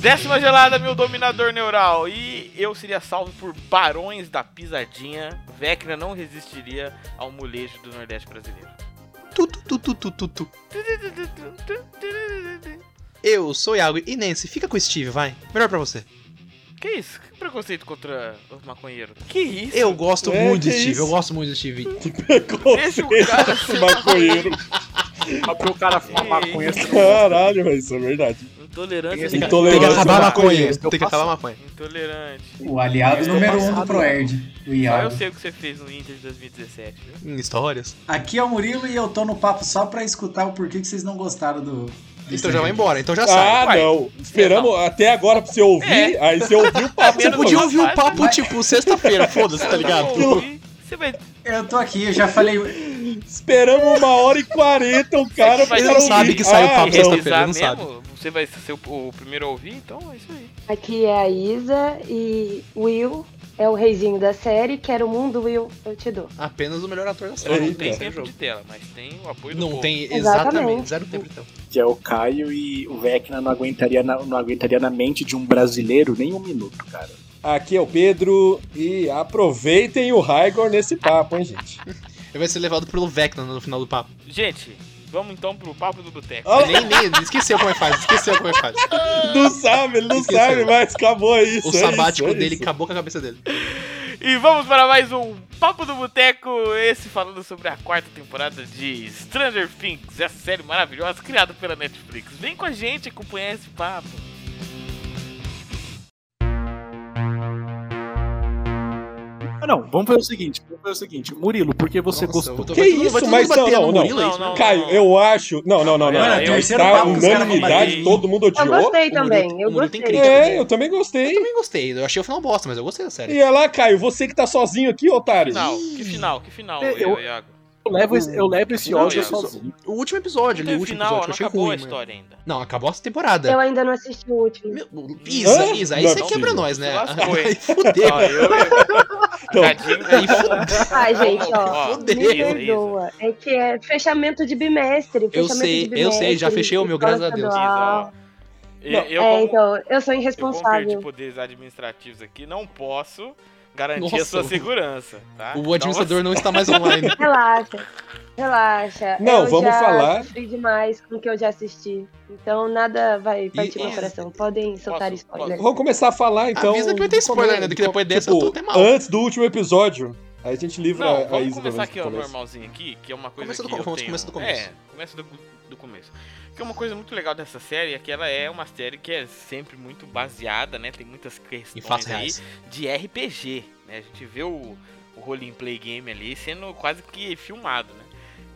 Décima gelada, meu dominador neural. E eu seria salvo por barões da pisadinha. Vecna não resistiria ao molejo do Nordeste brasileiro. Tu, tu, tu, tu, tu, tu, tu. Eu sou o Iago e Nancy, fica com o Steve, vai. Melhor pra você. Que isso? Que preconceito contra os maconheiros? Que isso? Eu gosto É, muito do que Steve, isso? eu gosto muito do Steve. Deixa o cara ser maconheiro. Porque o cara fuma Ei. maconha. Caralho, mas isso é verdade. Intolerância Tem de Tem que Intolerância. acabar a maconheiro. maconha, Eu tem que acabar a maconha. Intolerante. O aliado Estou número 1 um passado, do Proerd, o Só eu Iago. sei o que você fez no Inter de 2017, viu? Hum, histórias. Aqui é o Murilo e eu tô no papo só pra escutar o porquê que vocês não gostaram do. Então já vai embora, então já sai. Ah, vai. não. Esperamos até agora pra você ouvir. Aí você ouviu o papo. É. Você menos podia uma ouvir o fase, papo, vai. tipo, sexta-feira, foda-se, tá ligado? Eu ouvi, Você vai. Eu tô aqui, eu já falei. Esperamos uma hora e quarenta o cara Mas pra ele ouvir. sabe que saiu o Ah, papo não. sexta-feira. revisar não sabe. mesmo? Você vai ser o, o primeiro a ouvir? Então é isso aí. Aqui é a Isa e Will é o reizinho da série. Quero o mundo, Will, eu te dou. Apenas o melhor ator da série. Não Eita. tem Esse é o tempo jogo. de tela, mas tem o apoio do Não povo. tem, Exatamente. exatamente, zero tempo então. Que é o Caio e o Vecna não aguentaria na, não aguentaria na mente de um brasileiro nem um minuto, cara. Aqui é o Pedro e aproveitem o Raigor nesse papo, hein, gente. Ele vai ser levado pelo Vecna no final do papo. Gente, vamos então pro papo do boteco. Olha, Nem, nem, esqueceu como é que faz, esqueceu como é que faz. não sabe, ele não Esqueceu. sabe, mas acabou isso. O é sabático isso, é dele isso. acabou com a cabeça dele. E vamos para mais um Papo do Boteco, esse falando sobre a quarta temporada de Stranger Things, essa série maravilhosa criada pela Netflix. Vem com a gente acompanhar esse papo. Ah, não, vamos fazer o seguinte, vamos fazer o seguinte. Murilo, porque você Nossa, eu gostou? tô- Que vai todo mundo- isso, vai todo mas mundo não, bater não, no não. Murilo, é isso? Não, não. Caio, eu acho. Não, não, não, não. Mano, não. eu- terceiro Tá papo que os caras unanimidade, vão bater. todo mundo Eu odiou. gostei o é Murilo- também, eu o Murilo tem gostei. crítica. É, eu também gostei. Eu também gostei, eu achei o final bosta, mas eu gostei da série. E é lá, Caio, você que tá sozinho aqui, otário. Final, que final, que final, Eu- eu, Iago. Eu levo, esse- eu levo esse Não, ódio Iago. sozinho. O último episódio, Não ali, o teve último final, episódio, eu não achei acabou a ruim, mano. história ainda. Não, acabou essa temporada. Eu ainda não assisti o último. Meu, Isa, Hã? Isa, aí Não é você possível. quebra nós, né? Se lascou, hein? Aí fudeu. Ó, eu- Então, Cadinho, Aí aí, fudeu. Ai, gente, ó. né? Ó, Me Deus. perdoa. É que é fechamento de bimestre. Eu Fechamento sei, de eu bimestre, sei, já fechei o meu, escola graças a Deus. estadual. Eu, Não. eu, é, como- então, eu eu sou como perdi irresponsável. poderes administrativos aqui, não posso garantir a Nossa, sua o- segurança, tá? O administrador não está mais online. Relaxa, relaxa. Não, eu vamos já falar. sofri demais com o que eu já assisti. Então nada vai partir meu e- coração. Podem soltar spoiler. Vamos começar a falar, então. Avisa que vai ter spoiler né? ainda, então, que depois é dessa tipo, eu tô até mal. Tipo, Antes do último episódio, aí a gente livra Não, a vamos Isa começar aqui, ó, também. normalzinho aqui, que é uma coisa Começa do que co- eu vamos- tenho... começa do começo. É, começa do, do começo. Que é uma coisa muito legal dessa série é que ela é uma série que é sempre muito baseada, né? Tem muitas Em questões fatos aí reais. de RPG, né? A gente vê o, o role in play game ali sendo quase que filmado, né?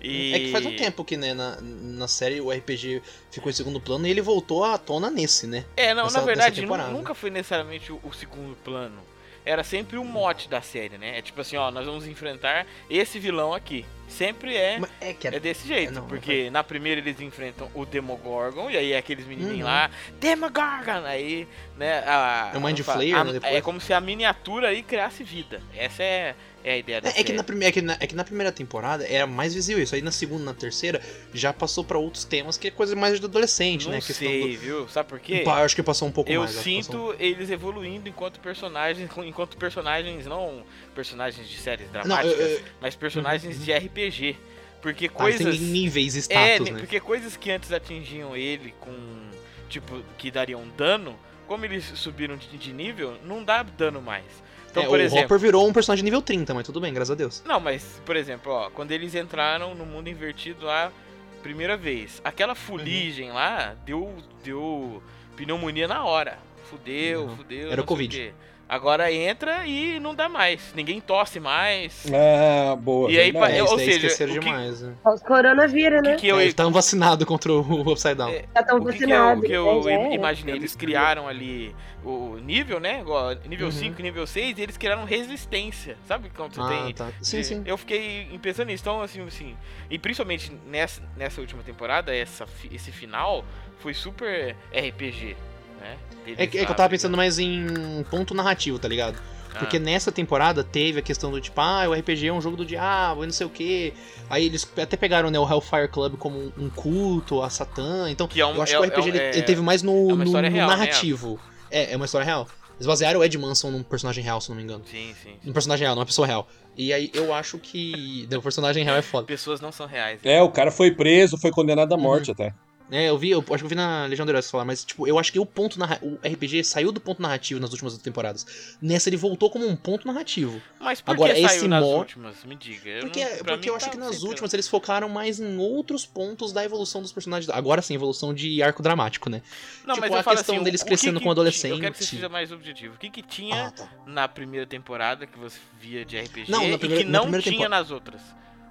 E... É que faz um tempo que, né, na, na série o RPG ficou em segundo plano e ele voltou à tona nesse, né? É, não, Nessa- na nessa verdade, nu- temporada. nunca foi necessariamente o, o segundo plano. Era sempre o mote da série, né? É tipo assim, ó, nós vamos enfrentar esse vilão aqui. Sempre é Mas é que era- É desse jeito, É, não, porque na primeira eles enfrentam o Demogorgon, e aí é aqueles menininhos Uhum. lá, Demogorgon! Aí, né, a... É o Mind a- Flayer, a- né, depois. É como se a miniatura aí criasse vida. Essa é, é a ideia da É, é que série. na primeira, é, que na, é que na primeira temporada era mais visível isso. Aí na segunda, na terceira, já passou pra outros temas que é coisa mais de adolescente, Não né? A questão sei, viu? Sabe por quê? do. Pá, eu acho que passou um pouco Eu mais. acho que passou um- sinto eles evoluindo enquanto personagens, enquanto personagens, não personagens de séries um Não, eu, dramáticas, eu, Uhum. mas personagens de RPG. Porque ah, eles coisas... têm níveis, status, é, né? porque coisas que antes atingiam ele com. Tipo, que dariam dano, como eles subiram de, de nível, não dá dano mais. Então, É, por o exemplo. Hopper virou um personagem nível 30, mas tudo bem, graças a Deus. Não, mas, por exemplo, ó, quando eles entraram no mundo invertido lá, primeira vez, aquela fuligem lá deu, deu pneumonia na hora. Fudeu, Não, fudeu. era não o sei Covid. quê. Agora entra e não dá mais. Ninguém tosse mais. Ah, boa. E aí, verdade. É, É, ou isso daí seja, esqueceram o que- demais, né? Os coronavírus, O que, né? que É, eu, eles estavam vacinados contra o Upside Down. É, Já estão O que, que eu, vacinados. o que eu né? Já im- era. imaginei? Eles criaram ali o nível, né? igual Nível Uhum. 5 nível 6, e eles criaram resistência. Sabe quando você Ah, tem. tá. Sim, sim. Eu fiquei pensando nisso. Então, assim, assim. E principalmente nessa, nessa última temporada, essa, fi- esse final foi super RPG, né? É que, é que eu tava pensando mais em ponto narrativo, tá ligado? Porque Ah. nessa temporada teve a questão do tipo, ah, o RPG é um jogo do diabo e não sei o quê. Aí eles até pegaram né, o Hellfire Club como um- um culto, a Satã. Então, Que é um- eu acho é- que o RPG é um- ele, é- ele teve mais no, é uma no- história no real, né? narrativo. É, é uma história real. Eles basearam o Ed Manson num personagem real, se não me engano. Sim, sim. Um personagem real, não uma pessoa real. E aí eu acho que. O personagem real é foda. Pessoas não são reais. né? É, o cara foi preso, foi condenado à Uhum. morte até. É, eu vi, eu acho que eu vi na Legião do Herói falar, mas tipo, eu acho que o ponto narra... o RPG saiu do ponto narrativo nas últimas temporadas. Nessa ele voltou como um ponto narrativo. Mas por Agora, que saiu esse nas mo- últimas? Me diga. Eu porque é- não- pra mim porque eu acho tá que nas sempre- últimas eles focaram mais em outros pontos da evolução dos personagens. Agora sim, evolução de arco dramático, né? Não, tipo, mas eu a falo questão assim, deles o que crescendo que como tinha- Eu quero que você adolescente. seja mais objetivo. O que que tinha Ah, tá. na primeira temporada que você via de RPG Não, na e primeira- que na não tinha primeira temporada. nas outras?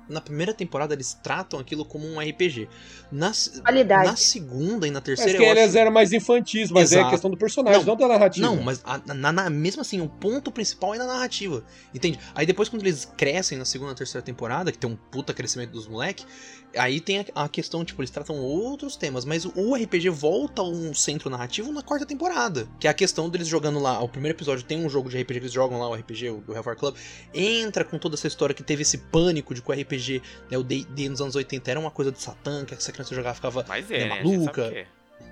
Na primeira temporada eles tratam aquilo como um RPG. Na, se- Qualidade. na segunda e na Mas terceira que eu acho... eles eram mais infantis, mas é Exato. a questão do personagem, não, da narrativa. Não, mas a- na, na- mesmo assim, o ponto principal é na narrativa. Entende? Aí depois, quando eles crescem na segunda, terceira temporada, que tem um puta crescimento dos moleque, aí tem a, a questão, tipo, eles tratam outros temas, mas o, o RPG volta a um centro narrativo na quarta temporada. Que é a questão deles jogando lá. O primeiro episódio tem um jogo de RPG que eles jogam lá, o RPG, o, do Hellfire Club. Entra com toda essa história que teve esse pânico de que o RPG, né, o D&D nos anos 80 era uma coisa de Satã, que essa criança jogava ficava. Mas é, É né? A gente sabe maluca. que é.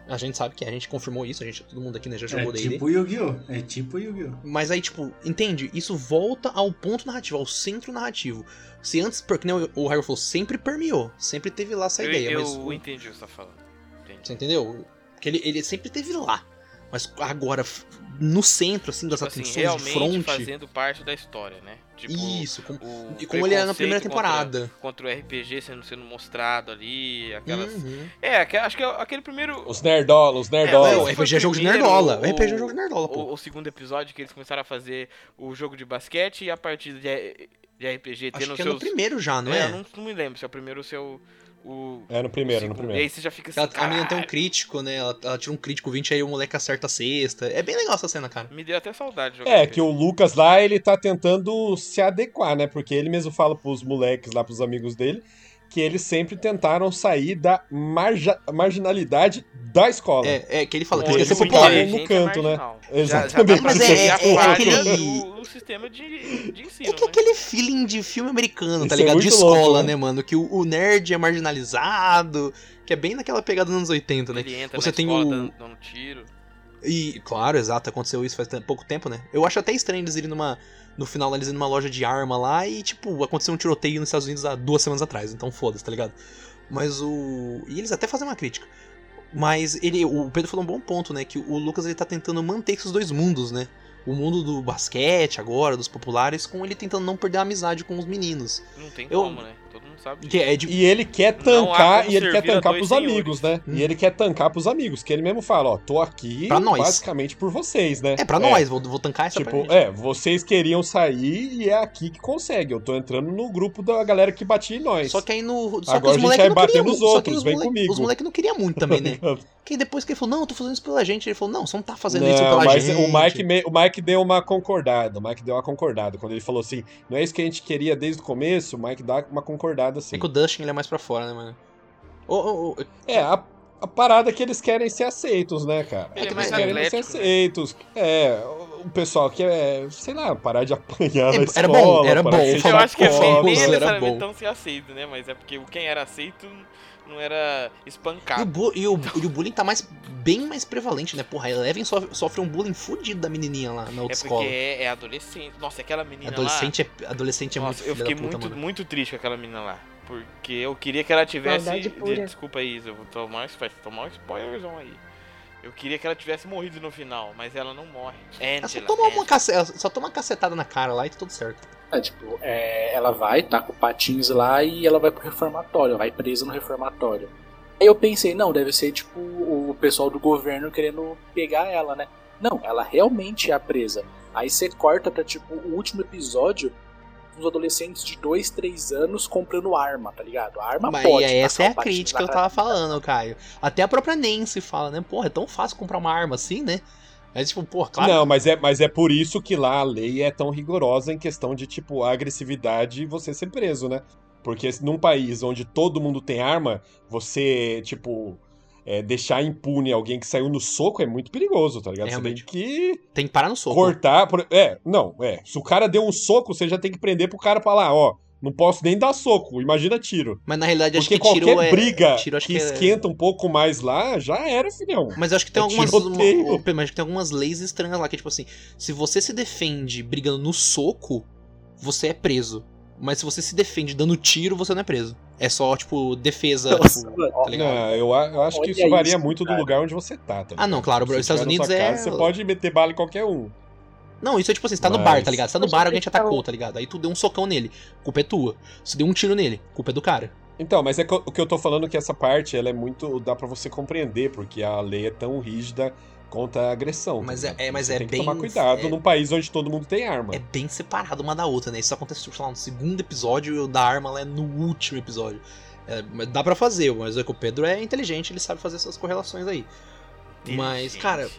A gente sabe que é, a gente confirmou isso, a gente, todo mundo aqui né, já É jogou D&D. tipo Yu-Gi-Oh! É tipo Yu-Gi-Oh! Mas aí, tipo, entende? Isso volta ao ponto narrativo, ao centro narrativo. Se antes, porque nem o Harry falou, sempre permeou, sempre teve lá essa Eu, ideia. eu mas, entendi o que você tá falando. Entendi. Você entendeu? Porque ele, ele sempre teve lá. Mas agora, f- no centro, assim, das Tipo assim, atenções de realmente fronte. fazendo parte da história, né? Tipo, isso, como, o e como ele era na primeira preconceito temporada. Contra, contra o RPG sendo, sendo mostrado ali, aquelas... Uhum. É, aqua- acho que é aquele primeiro... Os nerdola, os nerdola. É, Não, mas- o esse RPG foi é jogo de primeiro, nerdola. o- O RPG é jogo de nerdola, pô. O, o segundo episódio que eles começaram a fazer o jogo de basquete e a partida de, de RPG tendo Acho os que é seus... no primeiro já, não É, é? eu não, não me lembro se é o primeiro ou se é o... o- É, no o primeiro, no segundo. primeiro. E aí você já fica assim, Ela- a menina tem um "Caralho". crítico, né? Ela, ela tira um crítico 20, aí o moleque acerta a sexta. É bem legal essa cena, cara. Me deu até saudade de jogar É, RPG. que o Lucas lá, ele tá tentando se adequar, né? Porque ele mesmo fala pros moleques lá, pros amigos dele, que eles sempre tentaram sair da marja- marginalidade da escola. É, é que ele fala, Hoje que ele quer ser muita popular. gente- inteligente no canto, é né? marginal. Já, já Exatamente. tá Mas pra é- ser é- a é quadra aquele- do- do sistema de, de ensino, É que é né? aquele feeling de filme americano, Isso tá é ligado? de muito louco, escola, né? né? mano? Que o, o nerd é marginalizado, que é bem naquela pegada dos anos 80, né? Ele entra Você na tem escola o- dando, dando tiro. E, claro, exato, aconteceu isso faz t- pouco tempo, né? Eu acho até estranho eles irem numa. No final, eles irem numa loja de arma lá e, tipo, aconteceu um tiroteio nos Estados Unidos há duas semanas atrás, então foda-se, tá ligado? Mas o. E eles até fazem uma crítica. Mas ele. O Pedro falou um bom ponto, né? Que o Lucas ele tá tentando manter esses dois mundos, né? O mundo do basquete agora, dos populares, com ele tentando não perder a amizade com os meninos. Não tem Eu- como, né? Todo mundo sabe disso. Que é de E ele quer Não há tancar, como e ele quer servir a tancar dois pros senhores. amigos, né? Hum. E ele quer tancar pros amigos, que ele mesmo fala, ó, tô aqui Pra nós. basicamente por vocês, né? É pra nós, vou, vou tancar essa Tipo, parte. é, vocês queriam sair e é aqui que consegue. Eu tô entrando no grupo da galera que batia em nós. Só que aí no. Só Agora que a os gente moleques vai não bater queriam, nos só que outros, os vem moleque- comigo. Os moleques não queriam muito também, né? Que depois que ele falou, não, eu tô fazendo isso pela gente, ele falou, não, você não tá fazendo isso Não, pela mas gente. o Mike, me- o Mike deu uma concordada, o Mike deu uma concordada. Quando ele falou assim, não é isso que a gente queria desde o começo, o Mike dá uma concordada assim. É que o Dustin ele é mais pra fora, né, mano? Ô, ô, ô, É, a, a parada é que eles querem ser aceitos, né, cara? Ele é que mais eles querem atlético, ser né? aceitos. É, o- o pessoal que é, sei lá, parar de apanhar na É, escola. era bom, era parar bom, de eu ser Eu falar acho que é com bem, o nem Rosa, era necessariamente bom. tão se aceito, né? Mas é porque quem era aceito não era E, o espancado. bu- e o, e o bullying tá mais, bem mais prevalente, né? Porra, a Eleven sofre, sofre um bullying fudido da menininha lá É na outra porque escola. é, é adolescente. Nossa, aquela menina Adolescente é, adolescente lá. é Nossa, eu muito fiquei filha da puta, muito, mano. muito triste com aquela menina lá. Porque eu queria que ela tivesse. Maldade pura. Desculpa aí, Isa, eu vou tomar, um spo- tomar um spoilerzão aí. Eu queria que ela tivesse morrido no final, mas ela não morre. Ela só Angela. é toma, uma Angela. cace- ela só toma uma cacetada na cara lá e tá tudo certo. É, tipo, é, ela vai, tá com patins lá e ela vai pro reformatório, vai presa no reformatório. Aí eu pensei, não, deve ser tipo o pessoal do governo querendo pegar ela, né? Não, ela realmente é a presa. Aí você corta pra tipo o último episódio, uns adolescentes de 2, 3 anos comprando arma, tá ligado? A arma Mas pode. e aí essa tacar é o a patins crítica na que eu cara tava falando, Caio. Até a própria Nancy fala, né? Porra, é tão fácil comprar uma arma assim, né? É tipo, porra, claro. Não, mas é, mas é por isso que lá a lei é tão rigorosa em questão de, tipo, a agressividade e você ser preso, né? Porque se num país onde todo mundo tem arma, você, tipo, é, deixar impune alguém que saiu no soco é muito perigoso, tá ligado? É, você tem realmente. que Tem que parar no soco. cortar. por- É, não, é. Se o cara deu um soco, você já tem que prender pro cara falar, ó, não posso nem dar soco, imagina tiro. Mas na realidade acho Porque que qualquer tiro é. briga tiro, acho que, que é- Tá esquenta um pouco mais lá, já era, filhão. Mas eu acho que tem É algumas. tiroteio. uma- opa, mas acho que tem algumas leis estranhas lá, que é tipo assim, se você se defende brigando no soco, você é preso. Mas se você se defende dando tiro, você não é preso. É só, tipo, defesa. Nossa, tipo, mano. tá ligado? Não, eu, a- eu acho que Olha isso varia isso, muito cara. do lugar onde você tá, tá Ah, não, claro, Se os Estados tiver na Unidos sua é. casa, Você pode meter bala em qualquer um. Não, isso é tipo assim, você tá no Mas- bar, tá ligado? Você tá no Mas bar, a alguém te questão- atacou, tá ligado? Aí tu deu um socão nele, culpa é tua. Se deu um tiro nele, culpa é do cara. Então, mas é que eu- o que eu tô falando é que essa parte, ela é muito. dá pra você compreender, porque a lei é tão rígida contra a agressão. tá Mas ligado? é- é- mas Você é tem que bem- tomar cuidado é- num país onde todo mundo tem arma. É bem separado uma da outra, né? Isso acontece, tipo, sei lá, no segundo episódio e o da arma lá é no último episódio. É, mas dá pra fazer, mas é que o Pedro é inteligente, ele sabe fazer essas correlações aí. Mas, cara,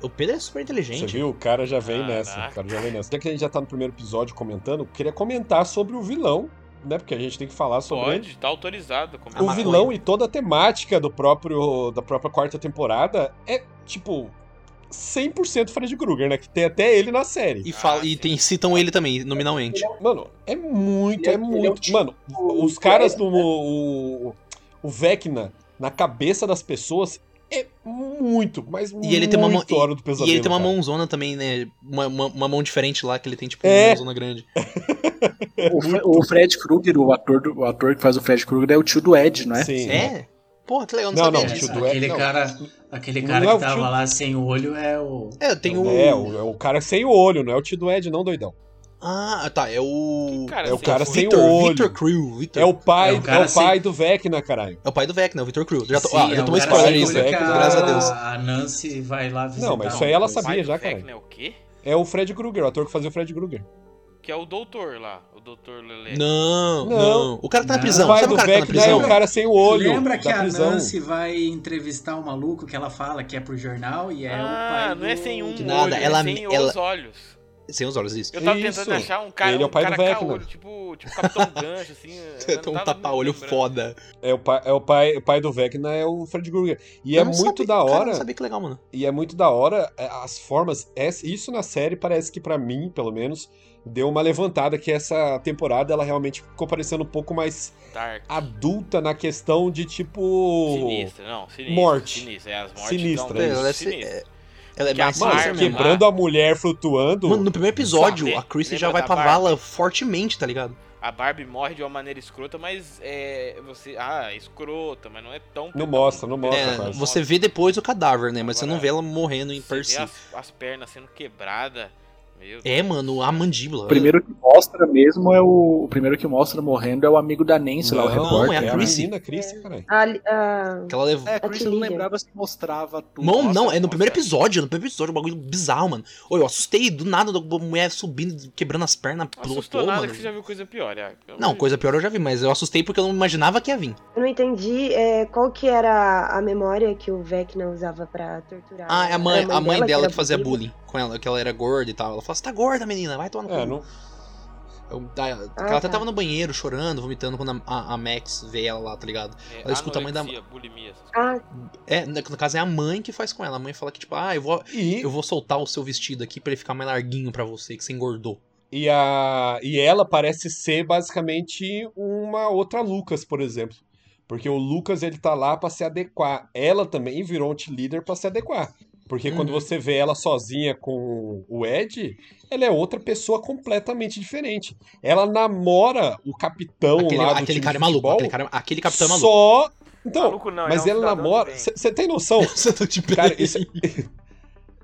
o Pedro é super Você inteligente. viu? O cara já vem nessa. O Caraca. cara já vem nessa. Já que a gente já tá no primeiro episódio comentando, eu queria comentar sobre o vilão, né? Porque a gente tem que falar sobre ele. Pode, tá autorizado. como A eu O falei. maconha. vilão e toda a temática do próprio da própria quarta temporada é tipo 100% Fred Krueger, né? Que tem até ele na série. E, fala, e tem, citam ele também, nominalmente. Mano, é muito, Ele é- é, ele é um muito. tipo- Mano, os caras no. O, o Vecna na cabeça das pessoas é muito, mas muito E ele tem uma mão- hora do pesadelo. E ele tem uma cara. mãozona também, né? Uma, uma, uma mão diferente lá, que ele tem, tipo, É. uma mãozona grande. O, Fre- o Fred Krueger, o ator, do- o ator que faz o Fred Krueger é o tio do Ed, não é? Sim. É? Porra, que legal, não, Não, sabia não, disso. tio do Ed, É, aquele não. cara, aquele Não cara é o que tava tio- lá sem o olho é o. É, tem Não, o... É, o, é o cara sem o olho, não é o tio do Ed, não, doidão. Ah, tá, é o... Que cara É o sem cara olho? sem Victor, olho. Victor Crew, Victor. É o pai, É é o cara o pai do Vecna, caralho. É o pai do Vecna, o Victor Crew. Já, to... Sim, ah, já o tomou cara spoiler sem nisso, olho que a- graças a Deus. A Nancy vai lá visitar. Não, mas isso o- aí ela O pai sabia do já, Vecna cara. É o quê? É o Fred Krueger, o ator que fazia o Fred Krueger. Que é o doutor lá, o doutor Lele. Não, Não. não. O cara tá na Não. O prisão, pai sabe do o cara que tá na Vecna é prisão? o cara sem o olho. Lembra que da a prisão. Nancy vai entrevistar o maluco que ela fala que é pro jornal e é o ah, pai não é do- sem um do- nada, olho, ela- é sem ela- os olhos. Sem os olhos, isso. Eu tava Isso. tentando achar um cara, Ele é o um pai do cara Vecna. caolho, tipo, tipo Capitão Gancho, assim. eu não Tem um tava tapa-olho lembrando. foda. É o pai, é o pai, o pai do Vecna é o Fred Krueger. E é Eu não sabia- muito da cara, eu hora. não sabia que legal, mano. E é muito da hora é, as formas. essa- Isso na série parece que pra mim, pelo menos, deu uma levantada que essa temporada ela realmente ficou parecendo um pouco mais Dark. adulta na questão de tipo Sinistro, não, sinistro. Morte. Sinistro, é, as mortes Sinistra, tão- isso. Ela é- sinistro. Ela é Que a mais Mar- sinistra Mano, Carmen mesmo. quebrando a mulher flutuando. Mano, no primeiro episódio, Sabe? a Chrissy Lembra já vai da pra Barbie? vala fortemente, tá ligado? A Barbie morre de uma maneira escrota, mas é. Você. Ah, é escrota, mas não é tão. Não mostra, não mostra, É, cara. você vê depois o cadáver, né? Mas você Agora, não vê ela morrendo em Você per vê si. as, as pernas sendo quebradas. Meu É, mano, a mandíbula. O primeiro que mostra mesmo é o. O primeiro que mostra morrendo é o amigo da Nancy lá, o Não, repórter. né? é a a Chrissy. menina Chrissy, caralho. A, a- Que ela leva... É, Tá por isso te eu não liga. lembrava se mostrava tudo. Mão, Nossa, não, é no nossa. primeiro episódio, no primeiro episódio, um bagulho bizarro, mano. Oi, eu assustei do nada da mulher subindo, quebrando as pernas, Assustou plotou, nada mano. que você já viu coisa pior, é. Pelo Não, amor de coisa pior eu já vi, mas eu assustei porque eu não imaginava que ia vir. eu não entendi é, qual que era a memória que o Vecna usava pra torturar. Ah, é a mãe, Era a mãe dela era que fazia bonita? bullying com ela, que ela era gorda e tal. Ela falou, você tá gorda, menina, vai tomar no É, cu." não- Eu- ah, ela Ah, até tá. tava no banheiro chorando, vomitando quando a, a- a Max vê ela lá, tá ligado? Deus. É, ela escuta a mãe da- anorexia, bulimia, Então, essas Ah, É, no no caso é a mãe que faz com ela. A mãe fala que, tipo, ah, eu vou, E, eu vou soltar o seu vestido aqui pra ele ficar mais larguinho pra você, que você engordou. e, a, e ela parece ser basicamente uma outra Lucas, por exemplo. Porque o Lucas ele tá lá pra se adequar. Ela também virou um líder pra se adequar. Porque quando Uhum. você vê ela sozinha com o Ed, ela é outra pessoa completamente diferente. Ela namora Então, o capitão aquele lá do aquele time cara é de maluco, futebol, aquele, cara, aquele capitão é maluco. Só. Então, Maluco não, mas ele é um ela cidadão namora. de bem. Você tem noção? Você tá de Cara, bem. isso,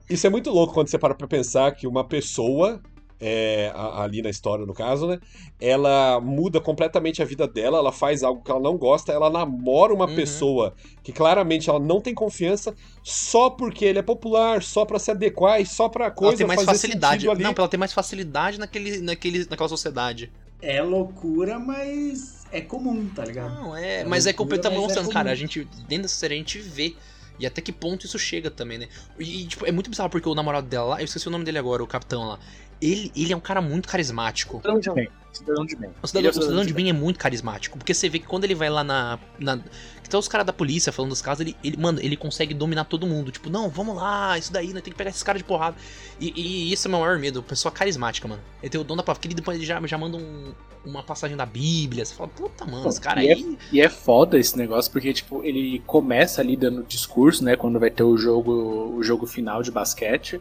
isso é muito louco quando você para pra pensar que uma pessoa, é, a- ali na história, no caso, né? Ela muda completamente a vida dela, ela faz algo que ela não gosta, ela namora uma Uhum. pessoa que claramente ela não tem confiança só porque ele é popular, só pra se adequar e só pra coisa ela tem mais fazer facilidade. sentido ali. Não, pra ela ter mais facilidade naquele, naquele, naquela sociedade. É loucura, mas é comum, tá ligado? Não, é. É Mas é loucura, completamente mas é mostrando, comum. cara. A gente, dentro dessa série, a gente vê. E até que ponto isso chega também, né? E, tipo, é muito bizarro porque o namorado dela lá, eu esqueci o nome dele agora, o capitão lá. Ele, ele é um cara muito carismático. Cidadão de bem. Cidadão de bem. O cidadão, o cidadão de bem é muito carismático, porque você vê que quando ele vai lá na. na que tá os caras da polícia falando dos casos, ele, ele, mano, ele consegue dominar todo mundo. Tipo, não, vamos lá, isso daí, nós tem que pegar esses caras de porrada. E, e isso é o meu maior medo, pessoa carismática, mano. Ele tem o dom da palavra, porque ele depois ele já, já manda um- uma passagem da Bíblia. Você fala, puta, mano, esse cara e é- aí. E é foda esse negócio, porque, tipo, ele começa ali dando discurso, né? Quando vai ter o jogo, o jogo final de basquete.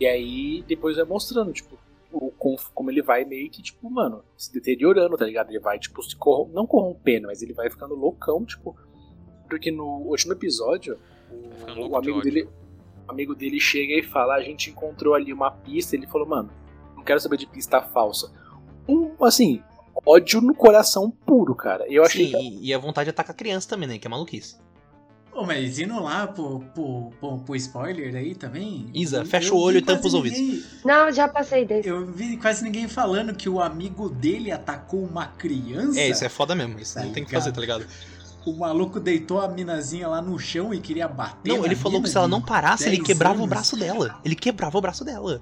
E aí depois vai mostrando, tipo, o, com- como ele vai meio que, tipo, mano, se deteriorando, tá ligado? Ele vai, tipo, se corrom não corrompendo, mas ele vai ficando loucão, tipo. Porque no último episódio, Vai o, ficando o louco de amigo ódio. dele. O amigo dele chega e fala, a gente encontrou ali uma pista, ele falou, mano, não quero saber de pista falsa. Um, assim, ódio no coração puro, cara. Eu achei é Sim, e, e a vontade de atacar criança também, né? Que é maluquice. Pô, mas indo lá pro, pro, pro, pro spoiler aí também. Isa, eu- fecha eu o olho e vi quase tampa os ouvidos. ninguém- Não, já passei desse. Eu vi quase ninguém falando que o amigo dele atacou uma criança. É, isso é foda mesmo. Isso Tá não tem o que ligado. fazer, tá ligado? O maluco deitou a minazinha lá no chão e queria bater. Não, na ele falou mina que se ela de- não parasse, ele 10 quebrava o anos. braço dela. Ele quebrava o braço dela.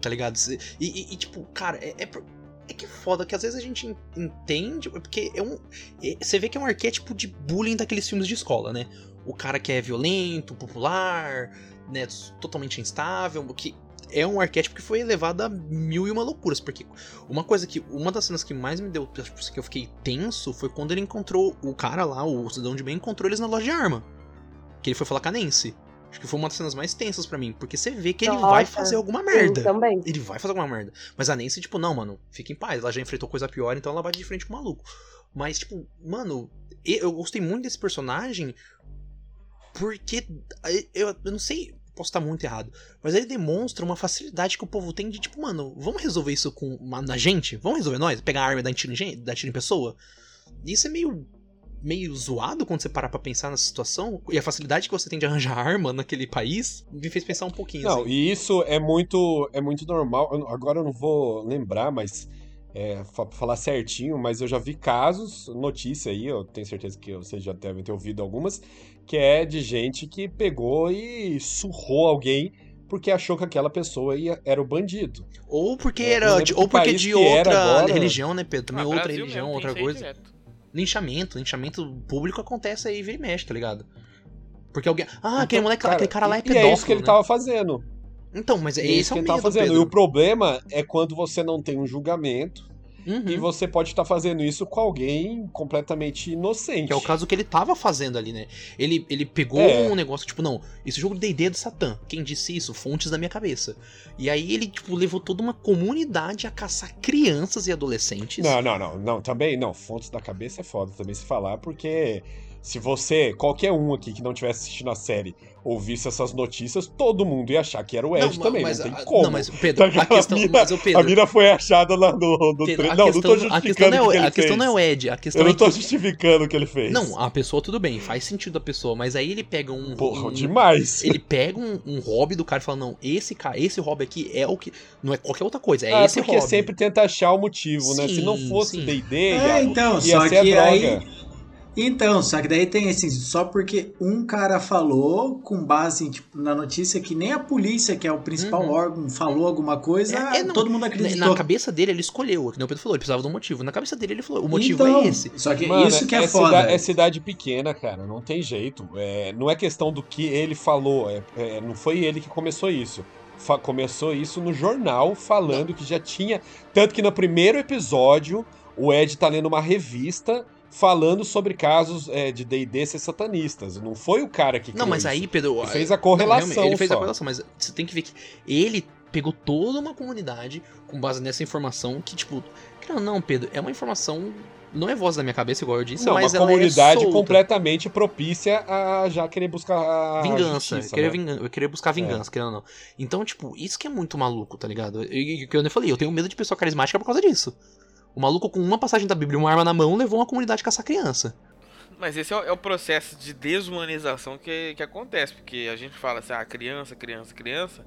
Tá ligado? Se- E, e- e, tipo, cara, é, é pro- é que foda, que às vezes a gente en- entende, porque é um. é- Você vê que é um arquétipo de bullying daqueles filmes de escola, né? O cara que é violento, popular, né, totalmente instável, que é um arquétipo que foi elevado a mil e uma loucuras, porque uma coisa que. Uma das cenas que mais me deu. tipo, Que eu fiquei tenso foi quando ele encontrou. O cara lá, o cidadão de bem, encontrou eles na loja de arma. Que ele foi falar com a Nancy. Acho que foi uma das cenas mais tensas pra mim. Porque você vê que ele vai Nossa. fazer alguma Eu merda. também. Ele vai fazer alguma merda. Mas a Nancy, tipo, não, mano, fica em paz. Ela já enfrentou coisa pior, então ela bate de frente com o maluco. Mas, tipo, mano, e- eu gostei muito desse personagem porque eh, eu, eu não sei, posso estar muito errado, mas ele demonstra uma facilidade que o povo tem de, tipo, mano, vamos resolver isso com uma- na gente? Vamos resolver nós? Pegar a arma e dar tiro em, gen- dar tiro em pessoa? Isso é meio meio zoado quando você parar pra pensar nessa situação e a facilidade que você tem de arranjar arma naquele país me fez pensar um pouquinho Não, assim. e isso é muito, é muito normal. Eu não- agora eu não vou lembrar, mas é, fa- falar certinho, mas eu já vi casos, notícia aí, eu tenho certeza que vocês já devem ter ouvido algumas, que é de gente que pegou e surrou alguém porque achou que aquela pessoa ia- era o bandido. Ou porque Eu não era lembro de, que ou porque país de que era outra agora. religião, né, Pedro? Também Ah, outra Brasil religião, mesmo, tem né? outra isso aí coisa. direto. Linchamento, linchamento público acontece aí, vira e mexe, tá ligado? Porque alguém. Ah, aquele Então, moleque lá, aquele cara lá é e, e pedófilo. é isso que ele né? tava fazendo. Então, mas É é esse isso é o que ele medo, tava fazendo. E Pedro. o problema é quando você não tem um julgamento Uhum. e você pode estar fazendo isso com alguém completamente inocente. Que é o caso que ele tava fazendo ali, né? Ele, ele pegou É. um negócio, tipo, não, esse jogo de D&D é do Satã. Quem disse isso? Fontes da minha cabeça. E aí ele, tipo, levou toda uma comunidade a caçar crianças e adolescentes. Não, não, não, não, também não. Fontes da cabeça é foda também se falar, porque se você, qualquer um aqui que não tivesse assistindo a série, ouvisse essas notícias, todo mundo ia achar que era o Ed ma- também, mas, não tem a- como. Não, mas, Pedro, Tá a questão... ligado? Mas, ô, A Pedro, mina foi achada lá no, no Pedro, tre- a Não, não tô questão, a questão justificando não o que é, o- ele a questão fez. não é o Ed, a Eu questão é não que... tô justificando o que ele fez. Não, a pessoa tudo bem, faz sentido a pessoa, mas aí ele pega um. Porra, um- demais. ele pega um, um hobby do cara e fala: não, esse cara, esse hobby aqui é o que. Não é qualquer outra coisa, é Ah, esse porque hobby. sempre tenta achar o motivo, né? Se Sim, não fosse sim. D&D, É, ia- então, ia só ser a que droga. aí. Então, só que daí tem assim, só porque um cara falou, com base tipo, na notícia, que nem a polícia, que é o principal Uhum. órgão, falou alguma coisa, É, é, não. todo mundo Na- acreditou. Na cabeça dele, ele escolheu, que nem o Pedro falou, ele precisava de um motivo. Na cabeça dele, ele falou: o motivo Então, é esse. Só que Mano, isso que é, é foda. cida- é cidade pequena, cara. Não tem jeito. É, não é questão do que ele falou. é- é, não foi ele que começou isso. Fa- começou isso no jornal falando que já tinha. Tanto que no primeiro episódio, o Ed tá lendo uma revista falando sobre casos é, de DD ser satanistas. Não foi o cara que. Não, criou mas isso. aí, Pedro. Então, Ele a- fez a não, correlação. realmente, ele fez a só. correlação, mas você tem que ver que ele pegou toda uma comunidade com base nessa informação que, tipo. Não, não, Pedro, é uma informação. Não é voz da minha cabeça, igual eu disse, Não, mas uma ela é comunidade solta. completamente propícia a já querer buscar a Vingança, eu justiça, queria, né? vingan- eu queria buscar vingança, querendo ou não. Então, tipo, isso que é muito maluco, tá ligado? E e- que eu nem falei, eu tenho medo de pessoa carismática por causa disso. O maluco com uma passagem da Bíblia e uma arma na mão levou uma comunidade a caçar criança. Mas esse é o, é o processo de desumanização que, que acontece, porque a gente fala assim, ah, criança, criança, criança.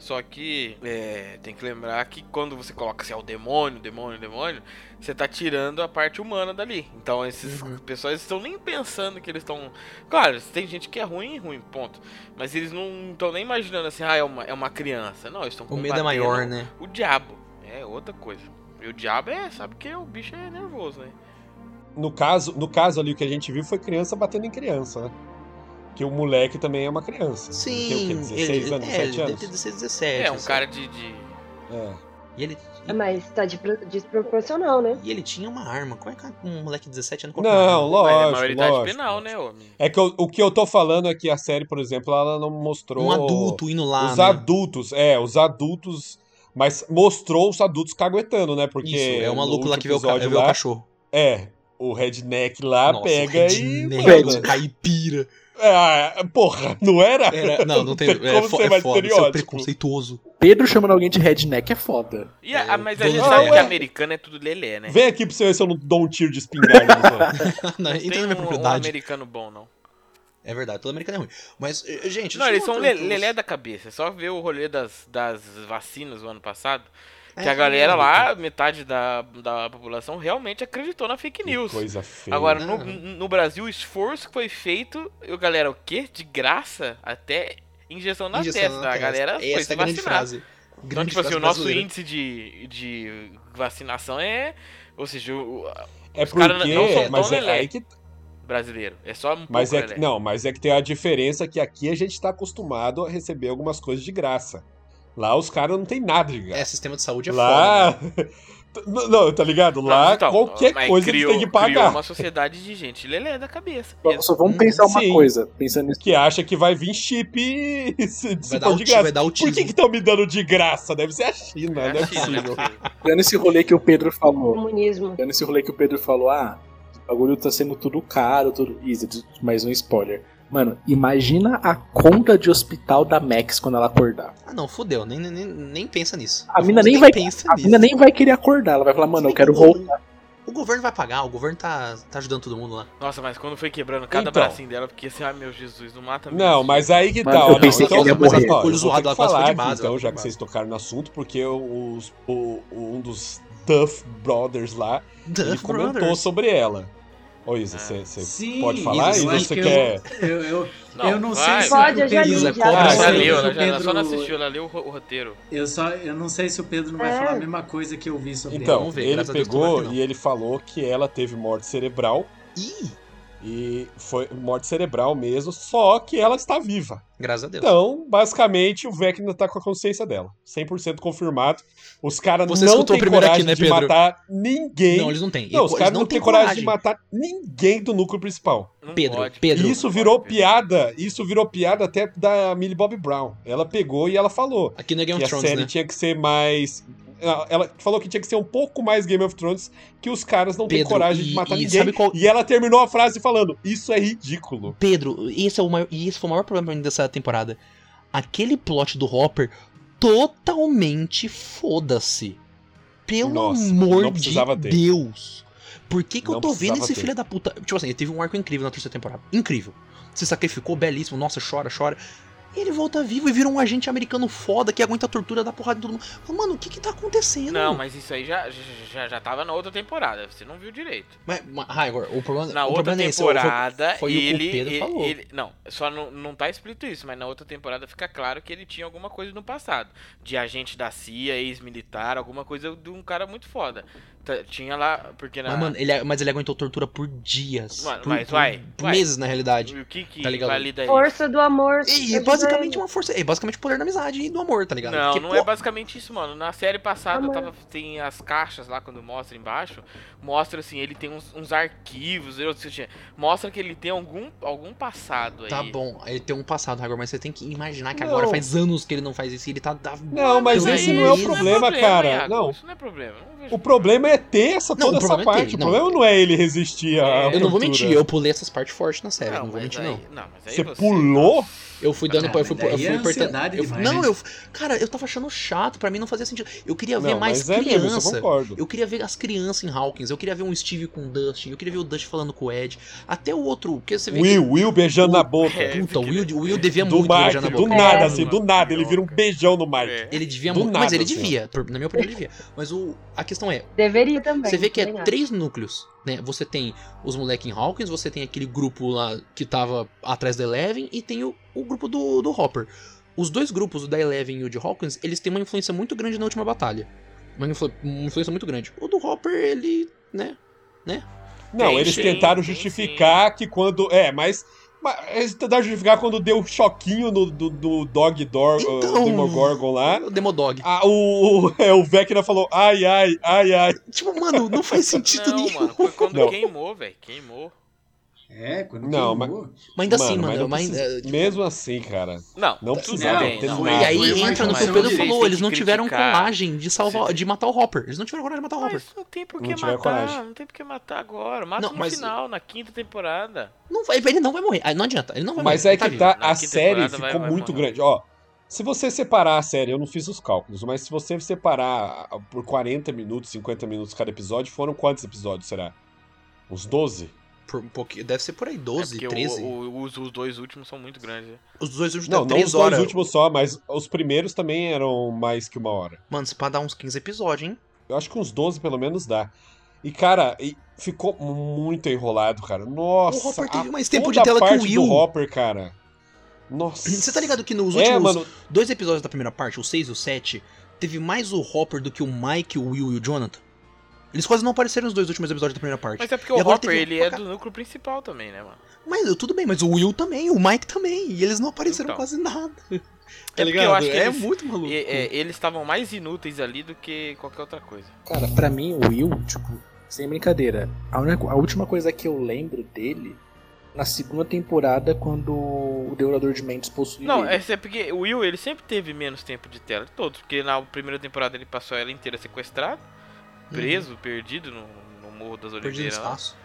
Só que é, tem que lembrar que quando você coloca assim, é o demônio, demônio, demônio, você tá tirando a parte humana dali. Então esses Uhum. pessoas estão nem pensando que eles estão. Claro, tem gente que é ruim, ruim, ponto. Mas eles não estão nem imaginando assim, ah, é uma, é uma criança. Não, eles estão O medo é maior, né? O diabo é outra coisa. E o diabo é, sabe que o bicho é nervoso, né? No caso, no caso ali, o que a gente viu foi criança batendo em criança, né? Que o moleque também é uma criança. Sim, Ele tem o quê? 16 ele, anos, é, 7 ele deve anos? ter 16, 17. É, um assim. cara de. de- É. E ele, Mas tá de pro- desproporcional, né? e ele tinha uma arma. Como é que um moleque de 17 anos compra uma Não, arma? Mas é lógico, maioridade lógico. penal, né, homem? É que eu- o que eu tô falando é que a série, por exemplo, ela não mostrou... Um adulto indo lá, Os né? adultos, é, os adultos... Mas mostrou os adultos caguetando, né? Porque Isso, é o no maluco lá último que vê o, ca- episódio vê o lá, cachorro. É, o redneck lá Nossa, pega e... redneck, manda. caipira. Ah, porra, não era? Era- não, não tem. Como É, fo, ser é mais foda, isso é estereótipo. preconceituoso. Pedro chamando alguém de redneck é foda. E a- É, ah, mas a dono gente de sabe que terra. americano é tudo lelé, né? Vem aqui pra você ver se eu não dou um tiro de espingarda. na sua. não, Não entra tem na minha um, um propriedade. americano bom, não. É verdade, todo americano é ruim. Mas, eh, gente. Não, isso eles é são outro- le- lelé da cabeça. É só ver o rolê das, das vacinas do ano passado. É, que a galera lá, metade da, da população, realmente acreditou na fake Que news. Coisa feia. Agora, Não. no, no Brasil, o esforço que foi feito, eu, galera, o quê? De graça? Até injeção na Injeção testa. a galera Essa foi é se a grande vacinar. frase. Então, Grande tipo assim, frase o nosso brasileira. índice de, de vacinação é. Ou seja, o o é os caras porque, não são tão mas é, lelé. aí que, brasileiro. É só um mas pouco, é que, né? não, mas é que tem a diferença que aqui a gente tá acostumado a receber algumas coisas de graça. Lá os caras não tem nada de É, graça. sistema de saúde é foda. Lá, não, não, tá ligado? né? Não, mas Lá então, qualquer mas coisa eles têm que pagar. Criou uma sociedade de gente lelé da cabeça. Só, só vamos Hum, pensar uma sim. coisa, pensando nisso. Que acha que vai vir chip e se, Vai, se dar for de auti- graça. vai dar um Por autismo. que estão me dando de graça? Deve ser a China, É não é assim, né? possível. Dando esse rolê que o Pedro falou. Comunismo. Dando esse rolê que o Pedro falou, ah, o bagulho tá sendo tudo caro, tudo. Isso, mais um spoiler. Mano, imagina a conta de hospital da Max quando ela acordar. Ah, não, fodeu. Nem, nem, nem- nem pensa nisso. A O mina famoso nem vai- Pensa A nisso. mina nem vai querer acordar, ela vai falar, mano, eu quero voltar. O governo vai pagar, o governo tá, tá ajudando todo mundo lá. Nossa, mas quando foi quebrando cada Então. bracinho dela, porque assim, ai meu Jesus, não mata mesmo. Não, mas aí que Mas tá. eu ó, pensei que ele ia mas, morrer. ó, eu Olho vou zoado ter lá quase que foi falar de aqui, base, então, lá já foi que de vocês tocaram no assunto, porque os, o- um dos Duff Brothers lá, ele Duff comentou Brothers. É. sobre ela. Ô, Isa, Ah. você Sim, é pode falar? Isa, Isa, eu acho você que eu- quer... Eu, eu, eu não vai, sei vai. Pode, eu já li, Isa, já. cobra Ela Ah, já eu- leu, eu- ela, já, ela só não Pedro- assistiu, ela leu o ro- o roteiro. Eu só eu não sei se o Pedro não vai É. falar a mesma coisa que eu vi sobre Então, Vamos ver, ele graças a Deus, pegou tomara que não. e ele falou que ela teve morte cerebral, Ih, e foi morte cerebral mesmo, só que ela está viva. graças a Deus. Então, basicamente, o Vecna tá com a consciência dela. 100% confirmado. Os caras Você não escutou têm primeiro aqui, coragem né, de Pedro? matar ninguém. não, eles não têm. Não, os Eles caras não têm têm coragem de matar ninguém do núcleo principal. Não Pedro, pode, Pedro. não isso pode, virou Pedro. piada, isso virou piada até da Millie Bob Brown. Ela pegou e ela falou Aqui não é Game que a of Thrones, série né? tinha que ser mais. Ela ela falou que tinha que ser um pouco mais Game of Thrones, que os caras não têm Pedro, coragem e- de matar e ninguém. sabe qual- E ela terminou a frase falando: Isso é ridículo. Pedro, esse, é o maior, e esse foi o maior problema pra mim dessa temporada. Aquele plot do Hopper totalmente foda-se. Pelo Nossa, não amor de precisava ter. Deus. Por que, que eu Não tô vendo precisava esse ter. filho da puta? Tipo assim, ele teve um arco incrível na terceira temporada. Incrível. Se sacrificou, belíssimo. Nossa, chora, chora. Ele volta vivo e vira um agente americano foda que aguenta a tortura da porrada de todo mundo. Fala, Mano, o que que tá acontecendo? Não, mas isso aí já, já, já- já tava na outra temporada, você não viu direito. Mas, mas Raigor, o problema, Na o outra problema é esse, ó, foi- temporada, foi o que o ele, Pedro e- falou. ele- Não, só não, não tá explícito isso, mas na outra temporada fica claro que ele tinha alguma coisa no passado. De agente da CIA, ex-militar, alguma coisa de um cara muito foda. Tá- tinha lá, porque na. Mas, mano, ele, é, mas ele aguentou tortura por dias. Mano, por, mas por- vai, por vai. meses, na realidade. o que que tá ligado? valida isso? Força do amor. E é do basicamente bem. uma força. É basicamente o poder da amizade e do amor, tá ligado? Não, Porque, não pô, é basicamente isso, mano. Na série passada Amor. tava, tem as caixas lá quando mostra embaixo. Mostra assim, ele tem uns, uns arquivos, eu- assim, mostra que ele tem algum, algum passado aí. Tá bom, ele tem um passado agora, mas você tem que imaginar que Não. agora faz anos que ele não faz isso e ele tá. tá- Não, mas Mas esse aí não é o isso não é problema, cara. Iago, não. Isso não é problema. não vejo O problema é ter essa, Não, o toda essa problema é ter, parte. o não. problema não é ele resistir à É, Eu não vou tortura. mentir, eu pulei essas partes fortes na série, não, vou mas mentir, aí- não. não, mas aí Você pulou? Eu fui dando. Ah, eu fui, mas eu daí fui é apertando. ansiedade eu- demais, não, né? eu. Cara, eu tava achando chato, pra mim não fazia sentido. Eu queria ver Não, mais mas é mesmo, isso eu criança. concordo. Eu queria ver as crianças em Hawkins, eu queria ver um Steve com o Dustin, eu queria ver o Dustin falando com o Ed. Até o outro, porque você vê que- Will, Will beijando na boca. É, Puta, o fiquei- Will, o Will devia do muito Mike, beijar na do boca. nada, É. assim, do nada. Ele vira um beijão no Mike. É. Ele devia Do muito. Mas nada, ele assim, ó. devia, por- na minha opinião, ele devia. Mas o, a questão é, Deveria também. você vê que também é acho. três núcleos, né? Você tem os moleque em Hawkins, você tem aquele grupo lá que tava atrás da Eleven e tem o, o grupo do, do Hopper. Os dois grupos, o da Eleven e o de Hawkins, eles têm uma influência muito grande na última batalha. Uma, influ- uma influência muito grande. O do Hopper, ele, né? Não, Tem eles sim, tentaram tem justificar que quando. É, mas. mas eles tentaram justificar quando deu um choquinho no do, do Dog Dor, Então. o Demogorgon lá. é O Demodog. Ah, o, é, o Vecna falou, ai, ai, ai, ai. Tipo, mano, não faz sentido Não, nenhum. mano, foi quando Não. queimou, velho. Queimou. É, quando Não, queimou. Mas ainda assim, Mano, mas mano, não mas, precisa- eh, tipo, Mesmo assim, cara. Não, Não tudo precisava bem, ter não. nada. E aí Foi entra uma no que o informação Pedro que falou, eles não tiveram criticar. coragem de salvar, de matar o Hopper. Eles não tiveram coragem de matar o Hopper. Mas não tem por Não que tiver matar, coragem. não tem por que matar agora. Mata Não, no mas- final, na quinta temporada. Não vai, ele não vai morrer. Ah, Não adianta, ele não vai Mas morrer. é que tá, vivo. Na a quinta série temporada ficou vai- vai muito morrer. grande. Ó, se você separar a série, eu não fiz os cálculos, mas se você separar ah, por 40 minutos, 50 minutos cada episódio, foram quantos episódios, será? Uns 12? Por um pouquinho- deve ser por aí, É 12, porque o- 13. o- os, os dois últimos são muito grandes. né? Os dois últimos Não, dá não é três os dois horas. últimos só, mas os primeiros também eram mais que uma hora. Mano, se pá dar uns 15 episódios, hein? Eu acho que uns 12 pelo menos dá. E, cara, e ficou muito enrolado, cara. Nossa, o Hopper a teve mais tempo toda de tela a que parte o Will. do Hopper, cara. Nossa. Você tá ligado que nos últimos É, mano, dois episódios da primeira parte, o 6 e o 7, teve mais o Hopper do que o Mike, o Will e o Jonathan? Eles quase não apareceram nos dois últimos episódios da primeira parte. Mas é porque E o agora Hopper, teve um ele pra é cá. do núcleo principal também, né, mano? Mas eu- tudo bem, mas o Will também, o Mike também, e eles não apareceram Então. quase nada. eu Tá ligado? acho que é eles- muito maluco. E- é, eles estavam mais inúteis ali do que qualquer outra coisa. Cara, pra mim, o Will, tipo, sem brincadeira, a, única- a última coisa que eu lembro dele na segunda temporada, quando o Devorador de Mentes possui. Não, ele. essa é porque o Will, ele sempre teve menos tempo de tela de todos. Porque na primeira temporada ele passou ela inteira sequestrado, preso, perdido no, no Morro das Perdi no Oliveiras lá, espaço.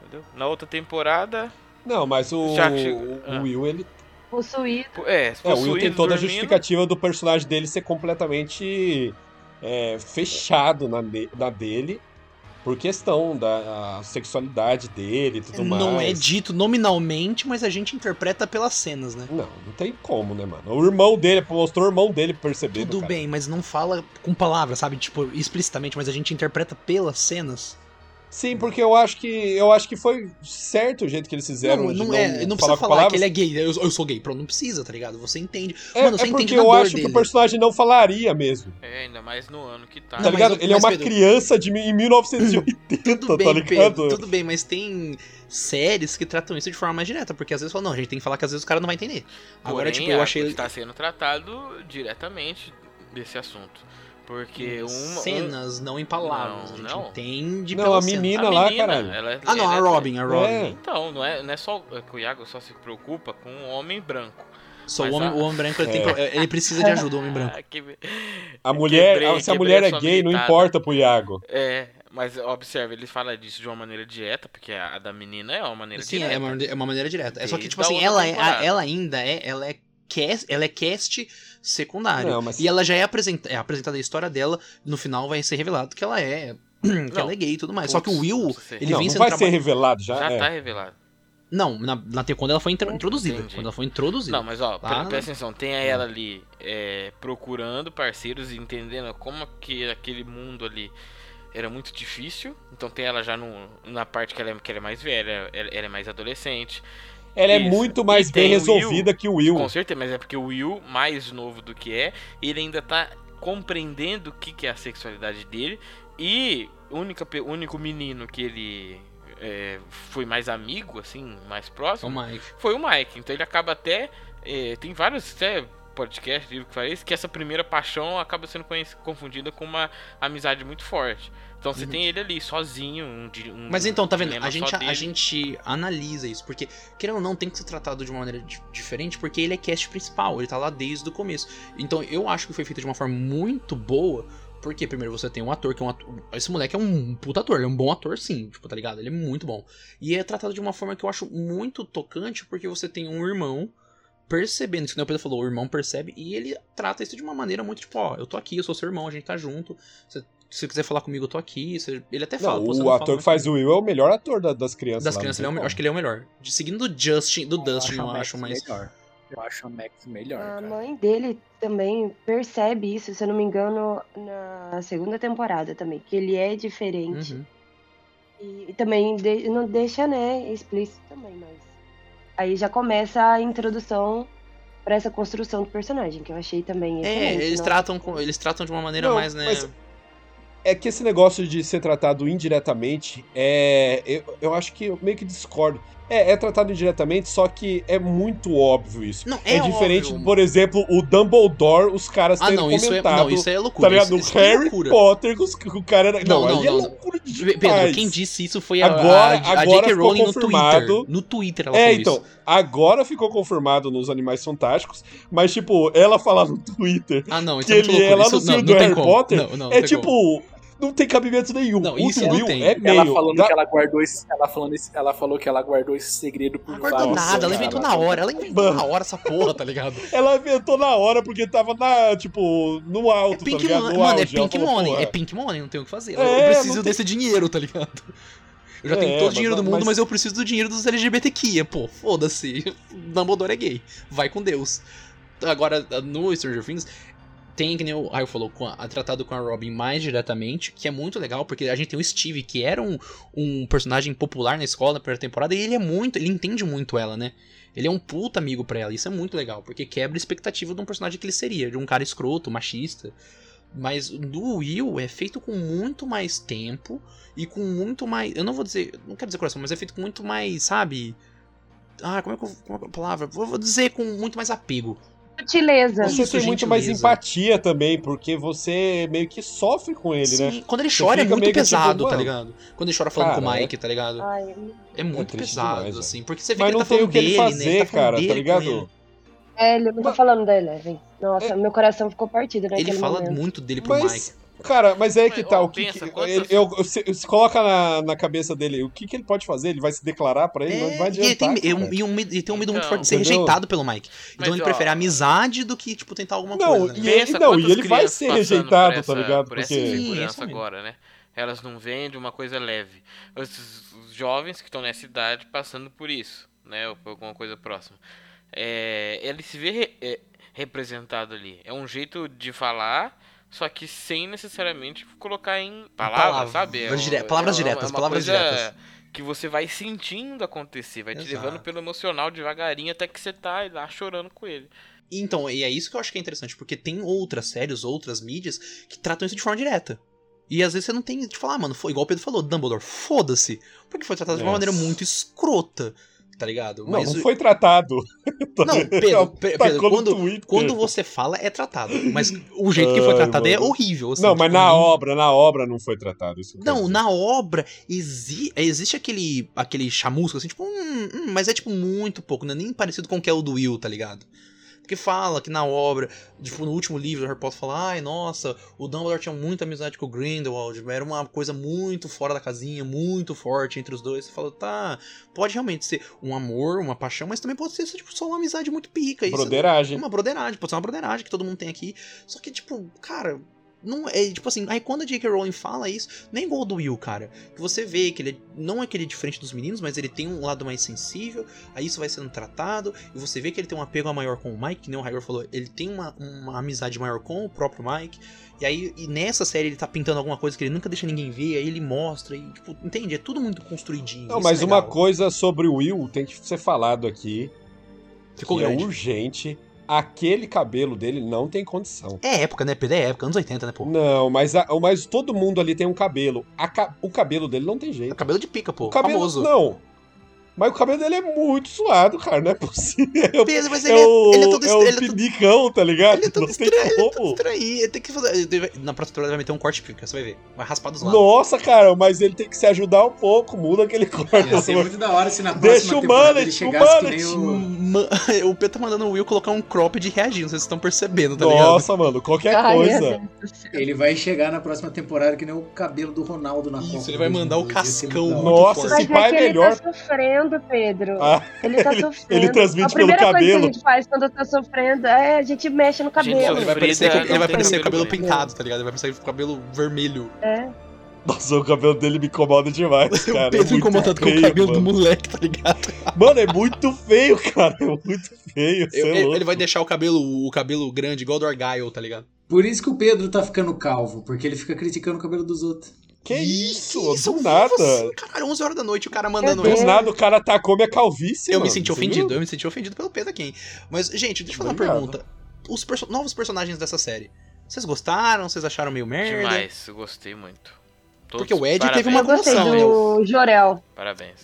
entendeu? Na outra temporada... não, mas o, Já que- o ah. Will, ele. Possuído. po- É, É, o Will possuído, tem toda a dormindo. justificativa do personagem dele ser completamente é, fechado na, de- na dele. Por questão da a sexualidade dele e tudo mais. Não é dito nominalmente, mas a gente interpreta pelas cenas, né? Não, não tem como, né, mano? O irmão dele, mostrou o irmão dele percebendo. Tudo cara. bem, mas não fala com palavras, sabe? Tipo, explicitamente, mas a gente interpreta pelas cenas. Sim, porque eu acho que eu acho que foi certo o jeito que eles fizeram. não, de não, é, não precisa com falar palavras. que ele é gay. Eu, eu sou gay. Pronto, não precisa, tá ligado? Você entende. É, Mano, você é entende porque na eu dor acho que dele. o personagem não falaria mesmo. É, ainda mais no ano que tá. Não, tá Ah, mas ligado? eu- ele é mas, uma Pedro- criança de mi- em 1980, Tudo bem, tá ligado? Pedro, tudo bem, mas tem séries que tratam isso de forma mais direta, porque às vezes fala, não, a gente tem que falar que às vezes o cara não vai entender. Agora, Porém, é, tipo, eu a- achei. está sendo tratado diretamente desse assunto, porque Hum, uma um- cenas, não em palavras. Não, a gente não. entende Não, pela a cena. menina- a lá, menina, é, caralho. ela- Ah, não, ela- a Robin, a Robin. É. Então, não é, não é só é que o Iago só se preocupa com o homem branco. Só o Mas homem, a- o homem branco ele, tem É. pro- ele precisa de ajuda, o homem branco. Ah, que- A mulher, Quebrei- se a quebrei mulher a é sua gay, não militada. importa pro Iago. É, mas observa, ele fala disso de uma maneira direta, porque a da menina é uma maneira Sim, direta. é uma, é uma maneira direta. É só que, Desde tipo a assim, outra ela, é, temporada. a- ela ainda é. Ela é cast, ela é cast secundário. Não, mas- E ela já é, apresenta, é apresentada a história dela. No final vai ser revelado que ela é. que ela é gay e tudo mais. só que o Putz, não Will. sei. Ele não, vem não sendo vai ser traba- revelado já. já é. tá revelado. Não, na, na, quando ela foi intro- introduzida. Entendi. Quando ela foi introduzida. Não, mas ó, pre- Ah, não. presta atenção, tem a ela ali é, procurando parceiros e entendendo como que aquele mundo ali era muito difícil. Então tem ela já no, na parte que ela, é, que ela é mais velha, ela, ela é mais adolescente. Ela é Isso. muito mais E bem tem o resolvida que o Will. Com certeza, mas é porque o Will, mais novo do que é, ele ainda tá compreendendo o que, que é a sexualidade dele. E o única, pe- o único menino que ele é, foi mais amigo, assim, mais É o próximo, Mike. foi o Mike. Então ele acaba até. eh, tem vários até podcasts, livro que faz isso, que essa primeira paixão acaba sendo conhec- confundida com uma amizade muito forte. Então você Uhum. tem ele ali, sozinho, um, di- um Mas então, tá vendo? dilema A gente, só a dele. gente analisa isso, porque, querendo ou não, tem que ser tratado de uma maneira di- diferente, porque ele é cast principal, ele tá lá desde o começo. Então, eu acho que foi feito de uma forma muito boa, porque, primeiro, você tem um ator que é um ator. Esse moleque é um puta ator, ele é um bom ator, sim, tipo, tá ligado? Ele é muito bom. E é tratado de uma forma que eu acho muito tocante, porque você tem um irmão percebendo isso que nem o Pedro falou, o irmão percebe e ele trata isso de uma maneira muito tipo, ó, eu tô aqui, eu sou seu irmão, a gente tá junto. Se se você quiser falar comigo, eu tô aqui. se- Ele até fala, Não, "Pô, você o fala ator muito que faz o Will é o melhor ator da- das crianças. das lá, crianças, não ele é o melhor. tem como. Acho que ele é o melhor. De- Seguindo do Justin, do Dustin, eu a acho, Max mas. Melhor. Eu acho a Max melhor. A cara. mãe dele também percebe isso, se eu não me engano, na segunda temporada também, que ele é diferente. Uhum. E, e também de- não deixa, né, explícito também, mas. Aí já começa a introdução pra essa construção do personagem, que eu achei também É, excelente, eles nossa. tratam, com, eles tratam de uma maneira Não, mais, né? mas- É que esse negócio de ser tratado indiretamente, é, eu, eu acho que eu meio que discordo. É, é tratado indiretamente, só que é muito óbvio isso. Não, É, é diferente, óbvio, por exemplo, o Dumbledore, os caras Ah, terem não, isso é, comentado. não, isso é loucura. Tá ligado? isso, O isso é Harry loucura. Potter, que os- que o cara era. Não, Não, não, aí é não. loucura demais. Pedro, quem disse isso foi a, a, Agora- a agora J.K. ficou Rowling no Twitter. confirmado. No Twitter ela É, falou então, isso. agora ficou confirmado nos Animais Fantásticos, mas, tipo, ela falar no Twitter Ah, não, isso que é muito ele é loucura. lá Isso no não, filme não do tem Harry como. Potter, Não, não, é tem como. tipo, não tem cabimento nenhum. Não, o isso do não Will tem. é meio. Ela falando da- que ela guardou esse, ela falando esse- ela falou que ela guardou esse segredo por Não guardou vários anos, nada, ela inventou na hora, ela inventou Mano. na hora essa porra, tá ligado? Ela inventou na hora porque tava na, tipo, no É alto, tá Pink ligado? Money, No mano, é auge. Ela Pink falou, Money, "Porra, é Pink Money, não tem o que fazer. Eu- É, eu não preciso tem- desse dinheiro, tá ligado? Eu já É, tenho todo o mas- dinheiro do mas- mundo, mas... eu preciso do dinheiro dos LGBTQ. Pô, foda-se. Dumbledore é gay. Vai com Deus. Agora, no Stranger Things, tem, que nem o Raio falou, com a, a- tratado com a Robin mais diretamente, que é muito legal, porque a gente tem o Steve, que era um, um personagem popular na escola na primeira temporada, e ele é muito, ele entende muito ela, né? Ele é um puta amigo pra ela, isso é muito legal, porque quebra a expectativa de um personagem que ele seria, de um cara escroto, machista. Mas o do Will é feito com muito mais tempo e com muito mais. Eu não vou dizer. Não quero dizer coração, mas é feito com muito mais, sabe? Ah, como é que eu. Como é a palavra? Vou vou dizer com muito mais apego. Sutileza. Você Isso, é tem muito mais gentileza. empatia também, porque você meio que sofre com ele, né? Sim, quando ele Você chora é fica muito meio que pesado, tipo, tá mano, ligado? Quando ele chora falando com o cara, Mike, tá ligado? Ai, É muito triste pesado, demais, assim. Porque você vê que Mas ele não tá tem o falando que ele dele, né? Ele fazer, tá falando cara, dele tá com ligado? ele. é, ele não tá Mas- falando da Eleven. Nossa, É. meu coração ficou partido naquele Ele fala momento. muito dele pro Mike. Mas, cara, mas é que Mas, tá. ó, O que, que- pensa, quantas- ele- eu, eu- se, se coloca na, na cabeça dele o que, que ele pode fazer, ele vai se declarar pra ele, não vai É, e adiantar. ele tem, cara. é um- e um medo- ele tem um medo muito Então, forte de ser entendeu? rejeitado pelo Mike. Então Mas, ele ó, prefere a amizade do que, tipo, tentar alguma Não, coisa. né? E ele- Pensa não, quantas e ele vai crianças ser passando por rejeitado, tá essa- ligado? Por essa Porque- Sim, insegurança isso mesmo. agora, né? Elas não vendem uma coisa leve. Os, os jovens que estão nessa idade passando por isso, né? Ou por alguma coisa próxima. É, ele se vê re- é, representado ali. É um jeito de falar, só que sem necessariamente colocar em palavras, palavras, sabe? É mas um- dire- palavras é uma- diretas, é uma palavras coisa diretas. Que você vai sentindo acontecer, vai te Exato. levando pelo emocional devagarinho até que você tá lá chorando com ele. Então, e é isso que eu acho que é interessante, porque tem outras séries, outras mídias que tratam isso de forma direta. E às vezes você não tem de falar, ah, mano, foi igual o Pedro falou, Dumbledore, foda-se. Porque foi tratado de uma Nossa. maneira muito escrota, tá ligado? Não, o- não foi Tá tratado. Não, Pedro, Pe- Pedro, Tacou no quando, Twitter. quando você fala é tratado, mas o jeito que foi Ai, tratado é mano. horrível. assim, Não, tipo, mas na ninguém- obra, na obra não foi tratado isso. Não, na obra exi- é, existe aquele, aquele chamusco, assim, tipo, hum, hum, mas é tipo muito pouco, não é nem parecido com o que é o do Will, tá ligado? Porque fala que na obra, tipo, no último livro do Harry Potter fala, ai, nossa, o Dumbledore tinha muita amizade com o Grindelwald, tipo, era uma coisa muito fora da casinha, muito forte entre os dois. Você fala, tá, pode realmente ser um amor, uma paixão, mas também pode ser tipo, só uma amizade muito pica. isso- Broderagem. uma broderagem, pode ser uma broderagem que todo mundo tem aqui. Só que, tipo, cara, não é. Tipo assim, aí quando a J.K. Rowling fala isso, nem igual ao do Will, cara. Que você vê que ele é- não é que ele é diferente dos meninos, mas ele tem um lado mais sensível, aí isso vai sendo tratado, e você vê que ele tem um apego maior com o Mike, que nem o Raigor falou, ele tem uma, uma amizade maior com o próprio Mike. E aí, e nessa série ele tá pintando alguma coisa que ele nunca deixa ninguém ver, aí ele mostra, e, tipo, entende? É tudo muito construidinho. Não, isso é mas uma legal. coisa sobre o Will tem que ser falado aqui, Ficou que é grande. urgente. Aquele cabelo dele não tem condição. É época, né, Pedro? É época, anos 80, né, pô? Não, mas, a- mas todo mundo ali tem um cabelo. A ca- o cabelo dele não tem É jeito. cabelo de pica, pô. O cabelo famoso. não. Mas o cabelo dele é muito suado, cara. Não é possível. Pedro, mas É ele é, o, ele é todo é estranho. o Ele é todo, pinicão, tá ligado? ele é todo não tem estranho. Ele é todo como. estranho. Ele tem que fazer. ele vai- Na próxima temporada vai meter um corte pica, você vai ver. Vai raspar dos lados. Nossa, cara, mas ele tem que se ajudar um pouco. Muda aquele corte. Ia ser muito da hora se na próxima Deixa o temporada mullet, ele o chegasse que mullet. nem o... Ma- O Pedro tá mandando o Will colocar um crop de reagindo, vocês estão percebendo, tá ligado? Nossa, mano, qualquer Ai, assim, coisa. meu Deus do céu. Ele vai chegar na próxima temporada que nem o cabelo do Ronaldo na Isso, Copa ele vai de mandar o 2022, ia ser muito cascão. da hora. Nossa, Muito esse Mas forte. é pai que é melhor. ele tá sofrendo sofrendo, Pedro. Ah, ele tá ele- sofrendo. ele transmite a primeira pelo coisa cabelo. que a gente faz quando tá sofrendo é a gente mexe no Gente, cabelo. Ele vai parecer, Frida ele vai não parecer tem cabelo, cabelo pintado, tá ligado? Ele vai parecer com cabelo vermelho. É. Nossa, o cabelo dele me incomoda demais, cara. o Pedro é muito incomodado com o feio, cabelo do mano. moleque, tá ligado? Mano, é muito feio, cara. É muito feio. cê é ele, louco. ele vai deixar o cabelo, o cabelo grande, igual do Argyle, tá ligado? Por isso que o Pedro tá ficando calvo, porque ele fica criticando o cabelo dos outros. Que Ih, isso? que do ao nada. vivo assim, caralho, 11 horas da noite, o cara mandando Meu Do Deus. essa. nada o cara atacou minha calvície. Eu me mano, senti você ofendido, viu? eu me senti ofendido pelo Pedro aqui, hein? Mas, gente, deixa eu fazer uma Obrigado. pergunta. Os perso- novos personagens dessa série, vocês gostaram? Vocês acharam meio merda? Demais, gostei muito. Todos, É, Porque o Ed teve uma né? Eu parabéns, gostei evolução, do Jorel. Parabéns.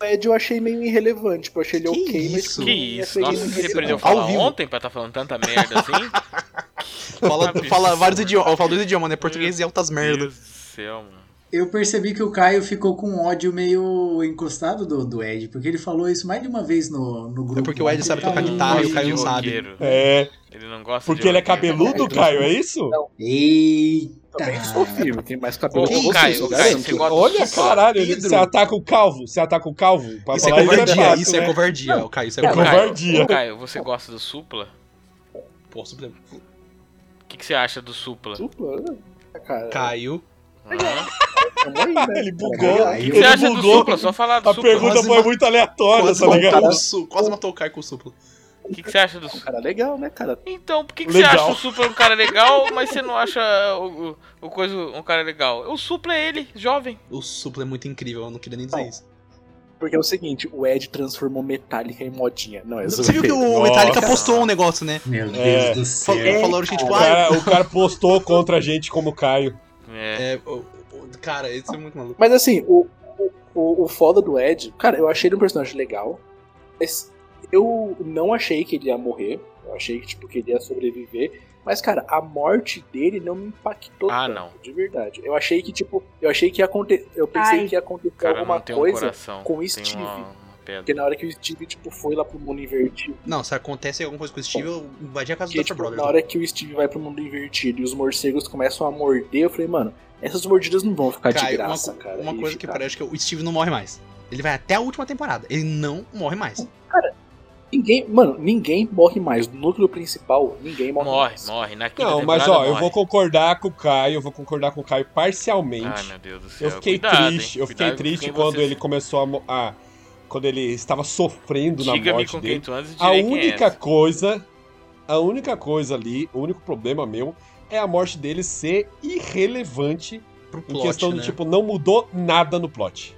O Ed eu achei meio irrelevante, tipo, eu achei ele Que ok, mas isso? tipo, Que não isso, achei nossa, ele você aprendeu a irrelevante. falar Ao vivo. ontem pra estar falando tanta merda assim? Fala, Absurdo. fala vários idiomas, fala dois idiomas, né? Português e altas Meu merdas. Deus do céu, mano. Eu percebi que o Caio ficou com um ódio meio encostado do, do Ed, porque ele falou isso mais de uma vez no, no grupo. É porque o Ed sabe Ele tá tocar um- guitarra e o Ele Caio não é sabe. roqueiro. É, Ele não gosta porque de ele é roqueiro. cabeludo, Caio, é isso? Eita! Também sou firme, tem mais cabelo Ô, que ô, vocês, Caio, eu ô, Caio, você garanto. gosta Olha, de- caralho, ele- Pedro. você ataca o calvo, você ataca o calvo. Pra é Isso é falar covardia, fácil, isso é né? covardia, Não, o Caio, isso é Ô, covardia. Caio, covardia. ô, Caio, você gosta do Supla? Pô, super- O que, que você acha do Supla? Supla, né, cara. Caio. Hã? É uma aí, né? Ele bugou, Caralho. O que você ele acha do bugou. Supla? Só falar do A Supla. pergunta Quase foi ma- muito aleatória, Quase tá matou, ligado? o Su- quase matou o Caio com o suplo. O que, que você acha do Um Supla? cara legal, né, cara? Então, por que, que você Legal. acha o Supla um cara legal, mas você não acha o, o- o coisa um cara legal? O Supla é ele, jovem. O suplo é muito incrível, eu não queria nem dizer Não, isso. Porque é o seguinte, o Ed transformou Metallica em modinha. Não, é Você viu que zoeira. o Nossa. Metallica postou um negócio, né? Meu Deus É. do Fal- céu. Falaram que, O tipo, ah, cara, o cara postou contra a gente como Caio. É. É, o- o- cara, isso é muito maluco. Mas assim, o, o- o, o foda do Ed, cara, eu achei ele um personagem legal, mas eu não achei que ele ia morrer. Eu achei que, tipo, que ele ia sobreviver. Mas, cara, a morte dele não me impactou Ah, tanto, não. de verdade. Eu achei que, tipo, eu achei que ia acontecer. Eu pensei Ai. que ia acontecer O cara alguma não tem um coisa. coração. com tem Steve. uma- uma pedra. porque na hora que o Steve, tipo, foi lá pro mundo invertido. Não, se acontece alguma coisa com o Steve, eu invadi a casa do Porque, Dutcher tipo, Brother. na hora que o Steve vai pro mundo invertido e os morcegos começam a morder, eu falei, mano, essas mordidas não vão ficar de Caio, uma, graça, co- cara. uma e coisa que ficar- parece que é, o Steve não morre mais. Ele vai até a última temporada. Ele não morre mais. Ninguém, mano, ninguém morre mais. No núcleo principal, ninguém morre. Morre, mais. morre. Na quinta Não, temporada mas ó, morre. eu vou concordar com o Caio, eu vou concordar com o Caio Ai, parcialmente. Ah, meu Deus do céu. Eu fiquei Cuidado, hein? triste, eu fiquei Cuidado com triste quem quando você- ele começou a, mo- a- Quando ele estava sofrendo na Diga-me morte com dele. quem tu andas e A direi quem é única essa. coisa. A única coisa ali, o único problema meu é a morte dele ser irrelevante Pro em plot, questão né? de, tipo, não mudou nada no plot.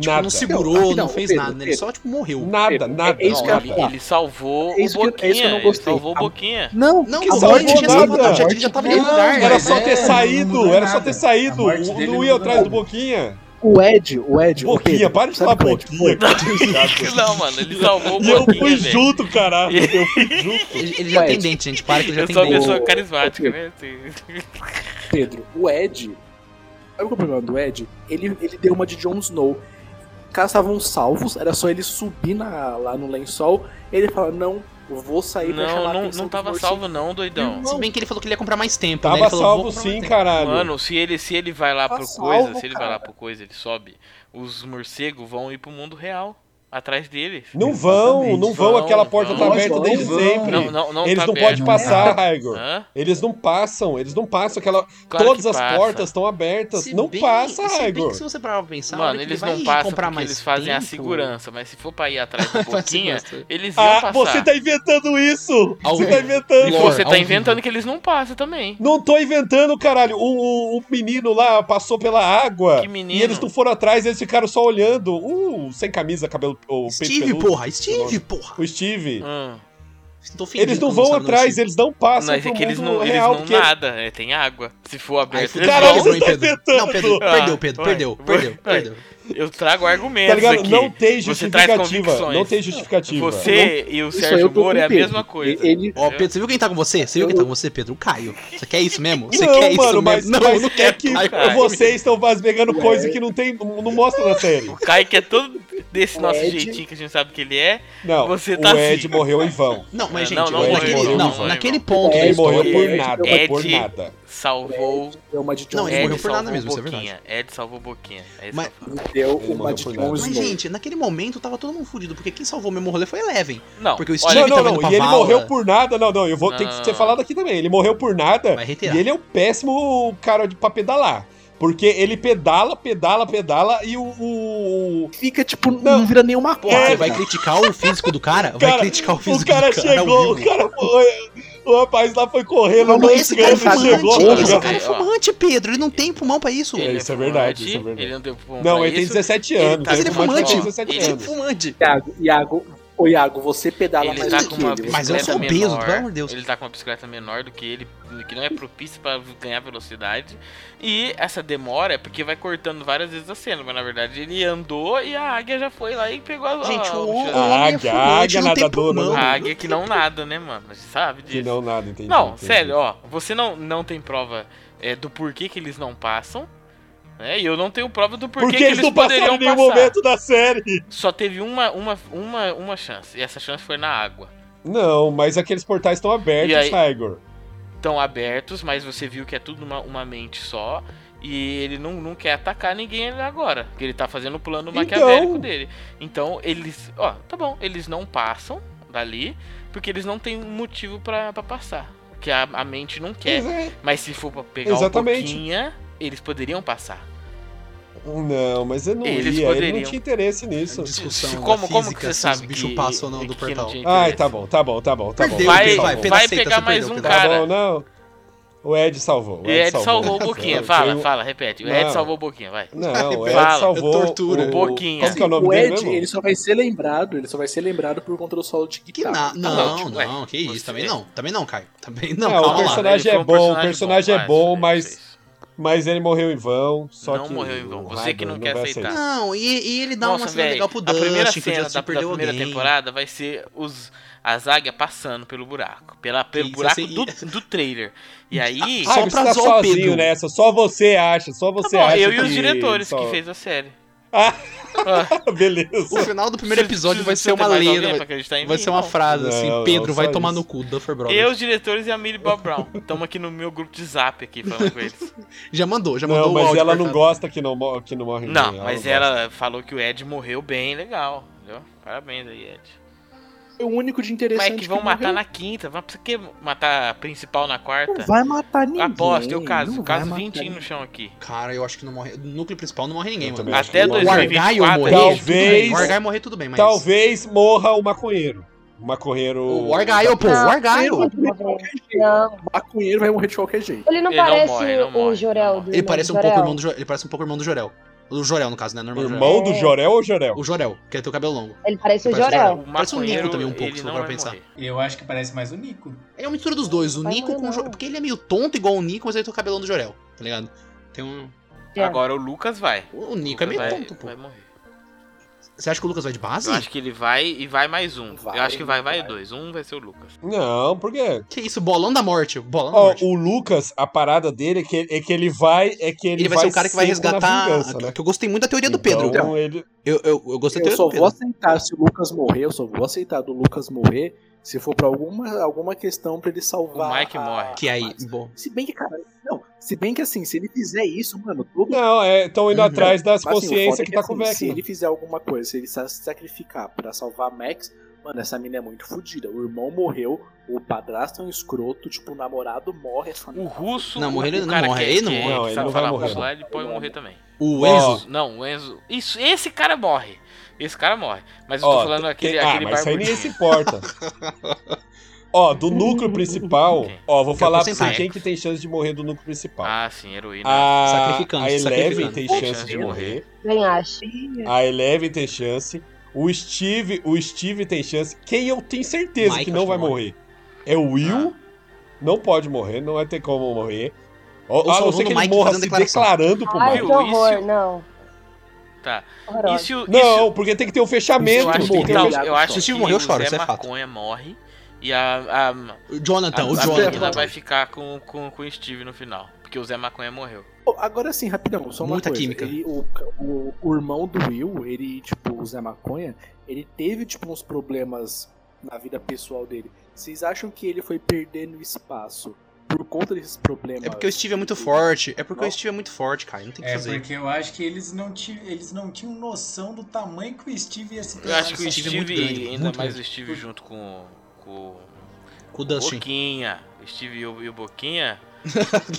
Tipo, nada. não segurou, Não, não não, fez Pedro, nada, né? Ele Pedro. só, tipo, morreu. Nada, Pedro, é- nada. é isso que eu ia nada. Ele, falar. ele salvou o É isso que eu- é isso Boquinha. que eu não ele gostei. salvou o A- Boquinha. Não, Não, que que salvou ele já tinha nada. salvado, ele já, ele já Morte tava naquele não, lugar. Era Mas só é, ter não saído, mudou era só nada. ter A saído. morte O- dele Não não ia mudou atrás do nada. Boquinha. O Ed, o Ed. o Boquinha, Pedro, para de sabe é falar é o Ed? Boquinha. Não, mano, ele salvou o E eu Boquinha, fui velho. junto, caralho. Eu fui junto. Ele, ele já Ué, tem tipo, dente, gente. Para que ele já Eu tem sou uma dente. pessoa carismática, né? é, Pedro, o Ed. Sabe qual é o problema do Ed? Ele, ele deu uma de Jon Snow. Os caras estavam salvos, era só ele subir na- lá no lençol. Ele fala: Não, eu vou sair pra chamar Não, a não, atenção não dos tava morcegos." salvo não, doidão. Se bem que ele falou que ele ia comprar mais tempo, né? Tava Ele falou, salvo vou comprar mais sim, tempo. caralho. Mano, se ele, se ele vai lá Tá pro salvo, coisa, se ele vai lá pro coisa, ele sobe, os morcegos vão ir pro mundo real, atrás deles. Não vão, Exatamente. não vão, Vão, aquela porta tá vão. aberta desde Vão. sempre. Não, não, não eles tá não aberto. podem passar, Raigor. Hã? Eles não passam, eles não passam aquela. Claro Todas que as passa. portas estão abertas. Se não bem- passa, se bem Raigor. que se você parar pra pensar, a hora Mano, que ele eles vai não passam comprar porque mais eles fazem a tempo, segurança, mas se for pra ir atrás do faz Boquinha, segurança. eles iam Ah, passar. você tá inventando isso! Ao Você vivo. tá E inventando! Lore, você ao tá vivo. inventando que eles não passam também. Não tô inventando, caralho. O, o, o menino lá passou pela água. Que menino? E eles não foram atrás, eles ficaram só olhando. Uh, sem camisa, cabelo. O Steve, porra, Steve, porra. O Steve. Hum. Tô ofendido Eles não quando vão sabe o nome do atrás, Steve. eles não passam. Mas é pro que eles mundo não, eles real, não porque- nada, é, tem água. Se for Aí aberto, eles fudeu, Caralho, vão. quebrou, hein, vocês Pedro? estão Não, Pedro, inventando. perdeu, Pedro, Ah, perdeu, vai, perdeu, vai. perdeu. Eu trago Tá argumentos ligado? aqui. Não tem Você traz justificativa. Não convicções. tem justificativa. Você e o Isso aí Sérgio eu tô com Moro é a Pedro. mesma coisa. Ele, Ó, Pedro, você viu quem tá com você? Você viu quem tá com você, Pedro? O Caio. Você quer isso mesmo? Você não, quer mano, isso mas, mesmo? mas não é que Caio. É. vocês estão pegando coisa que não tem, não mostra na série. O Kaique é todo. desse O nosso Ed- jeitinho que a gente sabe que ele é. Não, Você tá o Ed assim. morreu em vão. Não, É, mas gente, não, não, naquele, morreu, não, não, morreu, naquele não. ponto ele da morreu É história- por Ed- nada, Ed- por nada. Salvou. Deu uma de Jon Não, ele Ed morreu por nada salvou mesmo, isso é Boquinha. verdade. Ed salvou Boquinha. É Ed Mas- salvou. Ele Deu Ele uma morreu de por Jon nada. Mas, Snow. gente, naquele momento tava todo mundo fudido, porque quem salvou mesmo o rolê foi Eleven. Não, Porque o olha, Steve Não, Ele tá não, indo não. pra E ele vala. morreu por nada. Não, não. Eu vou ter Não. que ser falado aqui também. Ele morreu por nada. Vai E reiterar. ele é um péssimo cara de, pra pedalar. Porque ele pedala, pedala, pedala e o. o- o- Fica, tipo, Não. não vira nenhuma Porra, É, você vai criticar o físico do cara? Vai Cara, criticar o o físico cara do cara. ao chegou, o vivo. cara foi. O rapaz lá foi correndo, Não, mas esse cara é lançando, fumante, chegou. cara. Esse chegou. cara é Ó. fumante, Pedro. Ele não tem pulmão pra isso. Ele- Mas isso é verdade, isso é fumante, verdade. Ele não tem pulmão Não, pra ele tem isso. 17 Ele anos. tá ele é fumante, fumante. ó. tem 17 Ele é anos. fumante. Iago, Iago, ô Iago, você pedala Ele mais tá do com que uma ele. Mas eu bicicleta sou obeso, menor, pelo amor de Deus. Ele tá com uma bicicleta menor do que ele, que não é propícia pra ganhar velocidade. E essa demora é porque vai cortando várias vezes a cena, mas na verdade ele andou e a águia já foi lá e pegou a Gente, a- o o- homem Ah, é águia, fumante, águia não tem nadadora, pulmão. a águia que não nada, né, mano? A gente sabe disso. Que não, nada, entendi. Não, entendi. sério, ó, você não, não tem prova é, do porquê que eles não passam, né? E eu não tenho prova do porquê Porque que eles eles, não passaram poderiam em nenhum passar. momento da série. Só teve uma, uma, uma, uma chance, e essa chance foi na água. Não, mas aqueles portais estão abertos, E aí- Tiger. Estão abertos, mas você viu que é tudo uma, uma mente só, e ele não, não quer atacar ninguém agora, que ele tá fazendo o plano Então- maquiavélico dele. Então, eles, ó, tá bom, eles não passam dali, porque eles não têm motivo pra pra passar. Que a, a mente não quer. Pois é. Mas se for pra pegar Exatamente. o Boquinha, eles poderiam passar. Não, mas eu não Eles ia, ele não poderiam. tinha interesse nisso. Discussão Se- da como- como física, que você se sabe os bichos que- passam ou não do que não portal. tinha- Ai, tá bom, tá bom, tá bom, tá bom. Perdeu, Vai- Pedro, Tá vai bom, Pedro, pegar aceita, você mais perdeu, um Pedro. cara. Tá bom, não. O Ed salvou. O Ed salvou o Boquinha. Foi Fala, o- fala, repete. O Ed Não. salvou o Boquinha, vai. Não, o Ed Fala. salvou É tortura. Um o Boquinha. Qual que é o nome o dele Ed, mesmo? ele só vai ser lembrado, ele só vai ser lembrado por conta do solo de Que guitarra. na... tá Não, ótimo, não, que Você- isso. Também não. Também não, Caio. Também não, É, o calma lá. personagem Ele foi é um bom, o personagem é bom, vai, mas- vocês. Mas ele morreu em vão, só Não que morreu em vão, o você que Hagrid não quer vai aceitar. Não, e, e ele dá Nossa, uma cena véi, legal pro A primeira Dustin, que o cena Justin da, da perdeu primeira alguém. temporada vai ser os, as águias passando pelo buraco. Pela, pelo Isso, buraco assim, do, do trailer. E aí. Ah, Só Hagrid, pra você tá tá sozinho Pedro. nessa, só você acha, só tá você bom, acha. eu e os que- diretores só- que fez a série. Ah. Ah, O Beleza. final do primeiro preciso- episódio vai preciso ser ter uma mais alguém lenda, pra acreditar em vai, vai mim? ser uma Não. frase Não, assim, não, Pedro, vai só tomar isso. no cu, Duffer Brothers. Eu, os diretores e a Millie Bob Brown. Estamos aqui no meu grupo de zap aqui falando com eles. Já mandou, já mandou Não, o mas áudio ela não cortado. gosta que não, mo- que não morre em Não, vão, mas não gosta. ela falou que o Ed morreu bem legal. Entendeu? Parabéns aí, Ed. Foi o único de Mas interessante é que vão matar na quinta. Vai pra que matar a principal na quarta? Não vai matar ninguém. Aposta, eu caso. não Caso vai matar 20 no ninguém. chão aqui. Cara, eu acho que não morre. No núcleo principal não tipo, morre ninguém, Eu mano. também acho Até que não. O 2024 Argaio morrer, Talvez- tudo bem. O Talvez- Argaio morrer tudo bem, mas... Talvez morra o maconheiro. O maconheiro. O Argaio, pô, Não, o Argaio. Não, Maconheiro vai morrer de qualquer jeito. ele não Ele não parece morre, não morre, o Jorel não do Ele parece um Jorel. pouco irmão do Jorel. Ele parece um pouco irmão do Jorel. O Jorel, no caso, né? Normal Jorel. Irmão do Jorel ou Jorel? O Jorel, que ele tem o cabelo longo. Ele parece o Ele parece o Jorel. Jorel. Parece um Nico também um pouco, ele se não for pra vai pensar. morrer. Eu acho que parece mais o Nico. É uma mistura dos dois, o Vai Nico morrer, com o não. Jorel. Porque ele é meio tonto igual o Nico, mas ele tem o cabelão do Jorel, tá ligado? Tem um... É. Agora o Lucas vai. O Nico é Lucas meio vai, tonto, pô. Assim. vai morrer. Você acha que o Lucas vai de base? Eu acho que ele vai e vai mais um. Vai, eu acho que vai, vai, vai. dois. Um vai ser o Lucas. Não, por quê? Que isso, bolão da morte. Bolão da Ó, morte. o Lucas, a parada dele é que, é que ele vai. É que ele, Ele vai ser o cara que vai seco na resgatar. vingança, né? Que eu gostei muito da teoria do Pedro. Então, ele... Eu, eu, eu gostei da teoria Eu só do vou Pedro. aceitar se o Lucas morrer, eu só vou aceitar do Lucas morrer se for pra alguma, alguma questão pra ele salvar. O Mike a- morre. Que aí. Mas- Bom. Se bem que, cara, não, se bem que assim, se ele fizer isso, mano, todo Não, estão indo Uhum. atrás das Mas, assim, o consciências foda é que tá assim, com o Vecna. Se ele fizer alguma coisa, se ele sa- se sacrificar pra salvar a Max, mano, essa mina é muito fodida. O irmão morreu, o padrasto é um escroto, tipo, o namorado morre. Essa O russo. Não, morrer o ele não cara morre, que é- ele não que é- morre. que Não, ele sabe não vai falar morrer. russo lá, ele pode morrer também. O Ó, Enzo. Não, o Enzo. Isso, esse cara morre. Esse cara morre. Mas eu Ó, tô falando aquele, tem- aquele ah, mas isso aí ninguém se barbudinho. importa. ó, do núcleo principal, Quem? ó, vou Que é falar pra você porcentagem. quem que tem chance de morrer do núcleo principal. Ah, sim, heroína. a, Sacrificando, a Eleven sacrificando. tem Tem chance de morrer. Quem acha? A Eleven tem chance. O Steve, o Steve tem chance. Quem eu tenho certeza Mike, que acho não que vai morre. morrer é o Will. Não pode morrer, não vai ter como morrer. Ó, Ou a não salvando ser que o ele Mike morra se fazendo declaração. declarando pro Ai, Viu? que Mike. horror, Isso- não. Tá. Horrorosa. E se o. e se o- Ah, Não, porque tem que ter um é fechamento. eu acho tem que, que morreu, tal- ter um- eu acho Se o Steve que morreu, o chora, Zé isso é fato. Maconha morre. E a, a, O Jonathan, a, o a menina Jonathan. vai ficar com, com, com o Steve no final. porque o Zé Maconha morreu. Pô, Agora sim, rapidão, só uma Muita coisa. química. Ele- o, o, o irmão do Will, ele, tipo, o Zé Maconha, ele teve, tipo, uns problemas na vida pessoal dele. Vocês acham que ele foi perdendo espaço por conta desses problemas? É porque o Steve é muito forte. É porque o Steve é muito forte, cara. Não tem o que É, fazer. porque eu acho que eles não, ti- eles não tinham noção do tamanho que o Steve ia se Eu acho que o Steve é Steve, muito grande, ainda muito mais grande. o Steve junto com, com Com o o Dustin. Boquinha. O Steve e o, e o Boquinha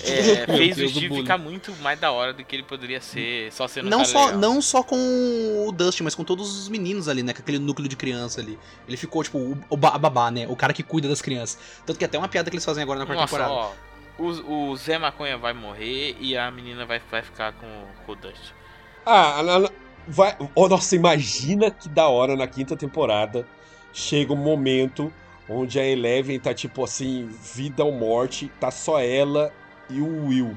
é, Meu fez o Deus, o Steve bullying. ficar muito mais da hora do que ele poderia ser, só sendo um Não cara só, legal. não só com o Dustin, mas com todos os meninos ali, né? Com aquele núcleo de criança ali. Ele ficou, tipo, o, o ba- a babá, né? O cara que cuida das crianças. Tanto que até uma piada que eles fazem agora na quarta Nossa, temporada. ó, o, o Zé Maconha vai morrer e a menina vai, vai ficar com, com o Dust. Ah, a- a- vai. Oh, nossa, imagina que da hora na quinta temporada chega um momento onde a Eleven tá tipo assim, vida ou morte, tá só ela e o Will.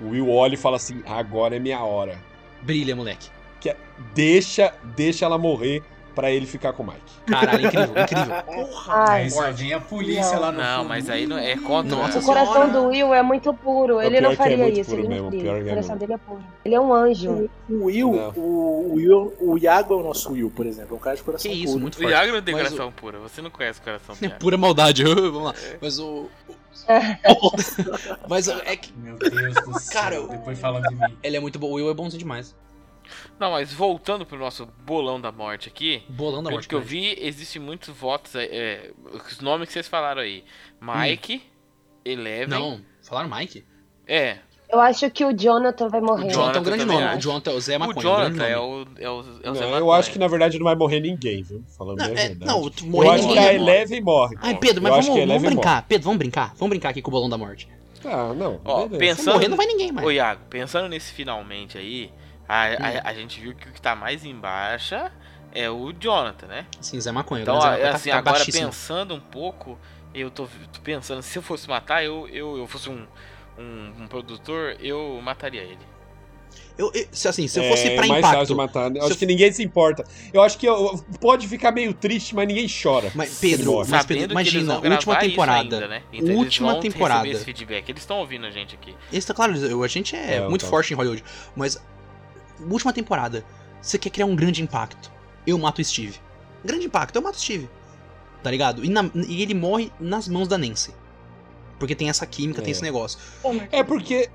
O Will olha e fala assim: agora é minha hora. Brilha, moleque. Que é- deixa, deixa ela morrer pra ele ficar com o Mike. Caralho, incrível, incrível. Porra, Ai, aí só vem a polícia Não. lá no Não, fundo. mas aí não é contra. Nossa O coração senhora. do Will é muito puro, É, ele pior que não é faria muito isso, puro ele não mesmo, faria. pior que é O coração mesmo. dele é puro. Ele é um Hum. anjo. O Will, Não. o, o Will, o Iago é o nosso Will, por exemplo, é um cara de Que coração isso, puro. muito O forte. Iago não tem Mas o- coração pura, você não conhece o coração do É Iago. pura maldade, vamos lá. É. Mas o. É. Mas é que. Meu Deus do céu, Cara, eu- depois falam de mim. Ele é muito bom. O Will é bonzinho demais. Não, mas voltando pro nosso bolão da morte aqui, Bolão da pelo morte. que eu cara. vi, existem muitos votos, é, é, os nomes que vocês falaram aí. Mike, Eleven... Não, falaram Mike? É, Eu acho que o Jonathan vai O morrer. Jonathan é um grande também nome. acho. O Jonathan é o Zé Maconha. o é um grande Jonathan é nome. o, é o, é o Zé Não, Né, eu Maconha. acho que na verdade não vai morrer ninguém, viu? Falando Não, bem a é, verdade. não tu- eu morrer acho ninguém. que a né? Eleven morre. Ai, Pedro, mas Eu vamos, acho que ele é vamos bem brincar. Pedro, vamos brincar. Vamos brincar aqui com o bolão da morte. Ah, não. Ó, beleza. pensa- Se Pensando- morrer, não vai ninguém é mais. Ô Iago, pensando nesse finalmente aí, a, Hum. a, a gente viu que o que tá mais em baixa é o Jonathan, né? Sim, Zé Assim, Maconha. Então, grande Zé ó, Maconha, tá- assim, tá agora baixíssimo. pensando um pouco, eu tô, tô pensando, se eu fosse matar, eu, eu, eu fosse um, um, um produtor, eu mataria ele. Eu, eu- se, assim, se eu fosse é pra mais fácil de impacto. matar. né? Eu Se acho eu- que ninguém se importa. Eu acho que eu- pode ficar meio triste, mas ninguém chora. Mas, Pedro, Sim, mas, Sabendo Pedro que eles imagina, vão gravar última isso temporada. ainda, né? Então, eles Última vão receber temporada. Esse feedback. Eles estão ouvindo a gente aqui. Isso, tá claro, eu- a gente é, É, muito então. forte em Hollywood. Mas, última temporada, você quer criar um grande impacto. Eu mato o Steve. Grande impacto, eu mato o Steve. Tá ligado? E, na- e ele morre nas mãos da Nancy. Porque tem essa química, tem É. esse negócio. É porque,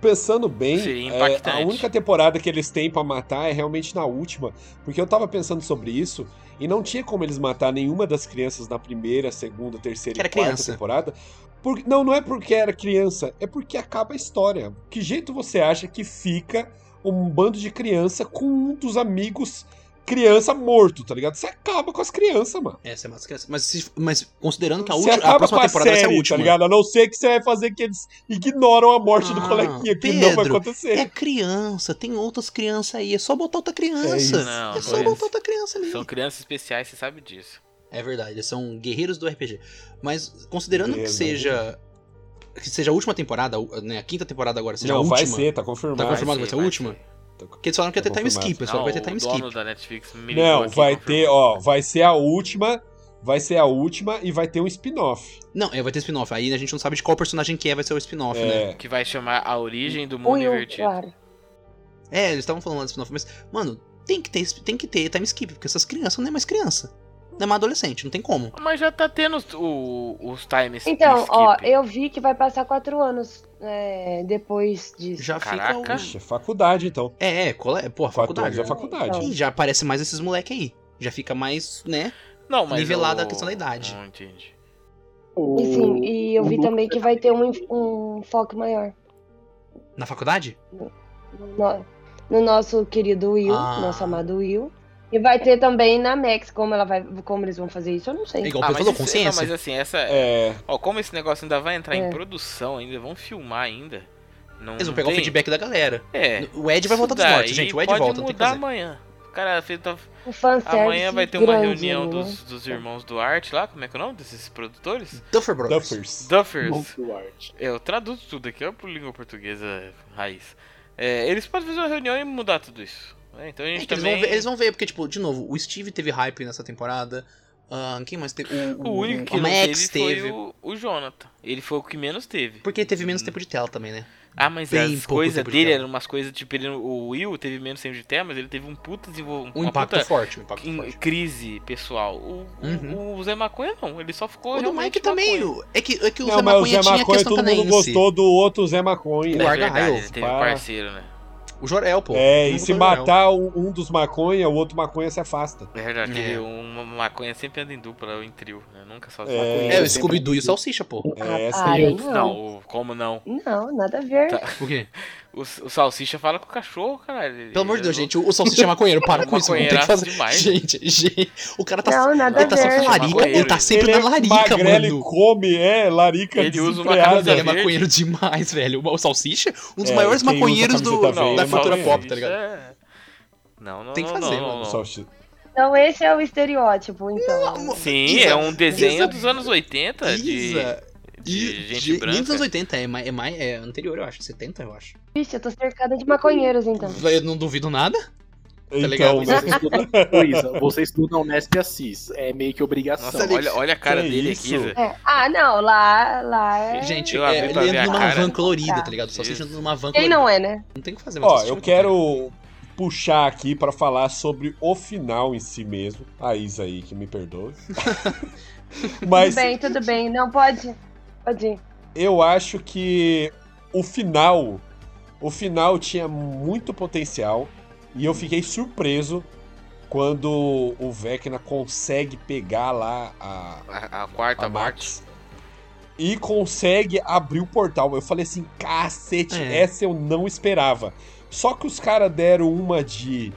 pensando bem, Seria é, impactante. a única temporada que eles têm pra matar é realmente na última. Porque eu tava pensando sobre isso e não tinha como eles matar nenhuma das crianças na primeira, segunda, terceira Que e era quarta criança. temporada. Por- não, não é porque era criança, é porque acaba a história. Que jeito você acha que fica um bando de criança com um dos amigos criança morto, tá ligado? Você acaba com as crianças, mano. É, você mata as crianças. Mas, se- mas considerando que a, Você última, a acaba com próxima a temporada vai ser a série, tá última. ligado? A não ser que você vai fazer que eles ignoram a morte do Ah, coleguinha, que não vai Pedro, acontecer. é criança, tem outras crianças aí. É só botar outra É isso. criança. Não, É, não só é botar isso. outra criança ali. São crianças especiais, você sabe disso. É verdade, eles são guerreiros do RPG. Mas considerando que Verdade. seja que seja a última temporada, né, a quinta temporada agora, seja não, a última. vai ser, tá confirmado. Tá confirmado que vai ser, ser a vai última? Tá Porque eles falaram que ia ter Tá time confirmado. skip, pessoal, vai ter o time dono skip. da Netflix me ligou Não, aqui um e vai confirmou. ter, ó, vai ser a última, vai ser a última e vai ter um spin-off. Não, é, vai ter spin-off. Aí a gente não sabe de qual personagem que é, vai ser o spin-off, né? É, Que vai chamar A Origem do O Mundo Will, Invertido. claro. É, eles estavam falando de spin-off, mas mano, tem que ter tem que ter time skip, porque essas crianças não é mais criança. Não é mais adolescente, não tem como. Mas já tá tendo os, o- os times Então, skip. ó, eu vi que vai passar quatro anos é, depois disso. Já Caraca. fica o... Ixi, é faculdade, então. É, é, cole... porra, Quatro faculdade. anos é faculdade. E já aparece mais esses moleque aí. Já fica mais, né? Não, mas Nivelada o- a questão da idade. Não entendi. O- E sim, e eu o vi Lucas também que vai ter um, enf- um foco maior Na faculdade? no, no- no nosso querido Will, Ah. nosso amado Will. E vai ter também na Max, como ela vai, como eles vão fazer isso, eu não É sei. igual o Pedro falou, isso- não, consciência. Ah, mas assim, essa. É, Ó, como esse negócio ainda vai entrar em É. produção, ainda vão filmar ainda. Não, Eles não vão pegar o tem- feedback da galera. É. O Ed vai voltar dos Isso mortos, daí gente. O Ed pode volta, não tem que mudar fazer. amanhã. Cara, feito tá- O fanservice amanhã vai ter uma grande, reunião né? dos, dos irmãos do Arte lá, como é que é o nome desses produtores? Duffer Brothers. Duffers. Duffers. Monte do Arte. Eu traduzo tudo aqui, ó, por língua portuguesa raiz. É, eles podem fazer uma reunião e mudar tudo isso. né? Então a É gente que eles, também... vão ver, eles vão ver, porque, tipo, de novo, o Steve teve hype nessa temporada. Ah, quem mais teve? O único que a não Max teve, é teve. foi o, Hum. o Jonathan. Ele foi o que menos teve. Porque teve menos tempo de tela também, né? Ah, mas Bem as pouco coisas tempo de dele tela. eram umas coisas, tipo, ele- o Will teve menos tempo de tela, mas ele teve um puta desenvolvimento. Um impacto forte, um impacto forte. crise pessoal. O, o- Uhum. o Zé Maconha não, ele só ficou. O do realmente Mike também. maconha. o- É que, é que o Não, Zé mas o Zé Maconha tinha a Maconha, questão todo mundo canadense. gostou do outro Zé Maconha. O É Argyle, verdade, ele teve pá. parceiro, né? O Jorel, pô. É, Não e se gostou do Jor-El. matar um, um dos maconha, o outro maconha se afasta. É verdade, É. teve uma maconha sempre anda em dupla ou em trio, né? Nunca sozinho. É, É, o Scooby-Doo e o Salsicha, pô. É, essa ah, aí. aí não. Não, o- como não? Não, nada a ver. Tá. Por quê? O, o Salsicha fala com o cachorro, caralho. ele- Pelo amor de ele Deus, não- gente. O o Salsicha é maconheiro. Para com isso, mano. Tem que Maconheiraço fazer. demais. Gente, gente. O cara tá. Não, nada ele tá a ver. sempre na larica. Ele tá Maconheiro, é sempre na larica, é magrelo e mano. come, é, larica Ele usa uma desenfreada. camisa Ele é verde. maconheiro demais, velho. O Salsicha, um dos É, maiores quem usa maconheiros do, camiseta verde da é cultura maconheiro. pop, tá ligado? É. Não, não, Tem que não, fazer, não, mano. não. Só o chi- Então esse é o estereótipo, então. Não, Sim, Isa- é um desenho Isa- dos anos 80 de, Isa- de gente de- branca. Nem dos anos 80, é, mais, é, mais, é anterior, eu acho. 70, eu acho. Vixe, eu tô cercada de maconheiros, então. Eu não duvido nada. tá ligado? Então, né? Luísa, você estuda na Unesp Assis. É meio que obrigação. Nossa, olha, olha a cara Que dele isso? aqui, Zé. É. Ah, não, lá, lá é... Gente, Eu é, abri ele pra ver anda a numa cara. Ah, van colorida, tá ligado? O Jesus. Salsicha anda numa van Quem colorida. não é, né? Não tem o que fazer, mas o Ó, Salsicha eu é quero puxar aqui pra falar sobre o final em si mesmo. A Isa aí, que me perdoe. Mas Tudo bem, tudo bem. Não, pode. Pode ir. eu acho que o final, o final tinha muito potencial e eu fiquei surpreso quando o Vecna consegue pegar lá a, A, a quarta a Tá parte. Max e consegue abrir o portal. Eu falei assim, cacete, É. essa eu não esperava. Só que os caras deram uma de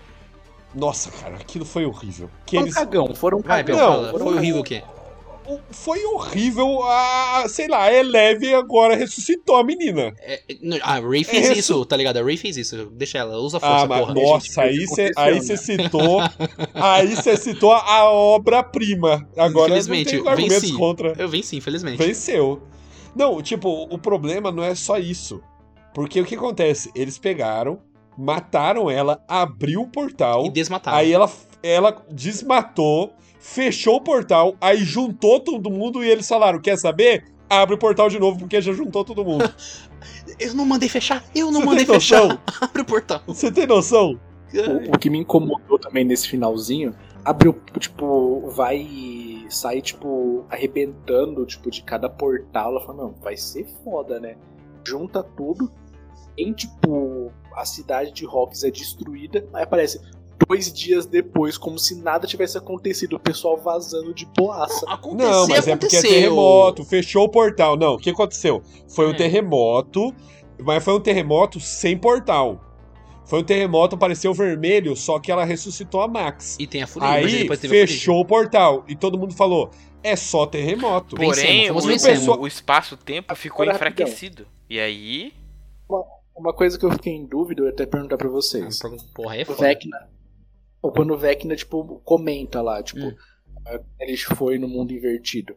nossa, cara, aquilo foi horrível. Que Foram eles cagão, foram Vai, Bel, cagão. Não, fala. Foi foram cagão. horrível o quê? o- foi horrível. A, sei lá, a Eleven agora ressuscitou a menina. É, é, não, a Ray fez Isso. isso. tá ligado? A Ray fez isso. Deixa ela, usa a É, força, Ah, mas porra. nossa, Gente, aí isso você né? aí aconteceu, você citou, aí você citou a obra-prima. Agora Infelizmente, não tem argumentos venci. contra. Eu venci, infelizmente. Venceu. Não, tipo, o problema não é só isso. Porque o que acontece? Eles pegaram, mataram ela, abriu o portal, E desmataram. aí ela, ela desmatou, fechou o portal, aí juntou todo mundo e eles falaram: quer saber? Abre o portal de novo, porque já juntou todo mundo. Eu não mandei fechar, eu não Você mandei tem fechar. noção? Abre o portal. Você tem noção? O, o que me incomodou também nesse finalzinho, abriu, tipo, vai sair, tipo, arrebentando, tipo, de cada portal. Eu falo, não, vai ser foda, né? Junta tudo, em, tipo, a cidade de Hawks é destruída, aí aparece dois dias depois, como se nada tivesse acontecido, o pessoal vazando de boaça. Aconteceu, Não, mas é porque é terremoto, fechou o portal. Não, o que aconteceu? Foi um É. terremoto, mas foi um terremoto sem portal. Foi um terremoto, apareceu vermelho, só que ela ressuscitou a Max. E tem a Fury, mas Aí depois teve a Fury. fechou o portal e todo mundo falou: é só terremoto. Pô, Porém, Vencemos, o, fomos vencendo. o- o espaço-tempo ficou Agora, enfraquecido. E aí. Uma coisa que eu fiquei em dúvida, eu ia até perguntar pra vocês. Porra, é o foda. Vecna. Ou quando o Vecna, tipo, comenta lá, tipo, Hum. ah, ele foi no mundo invertido.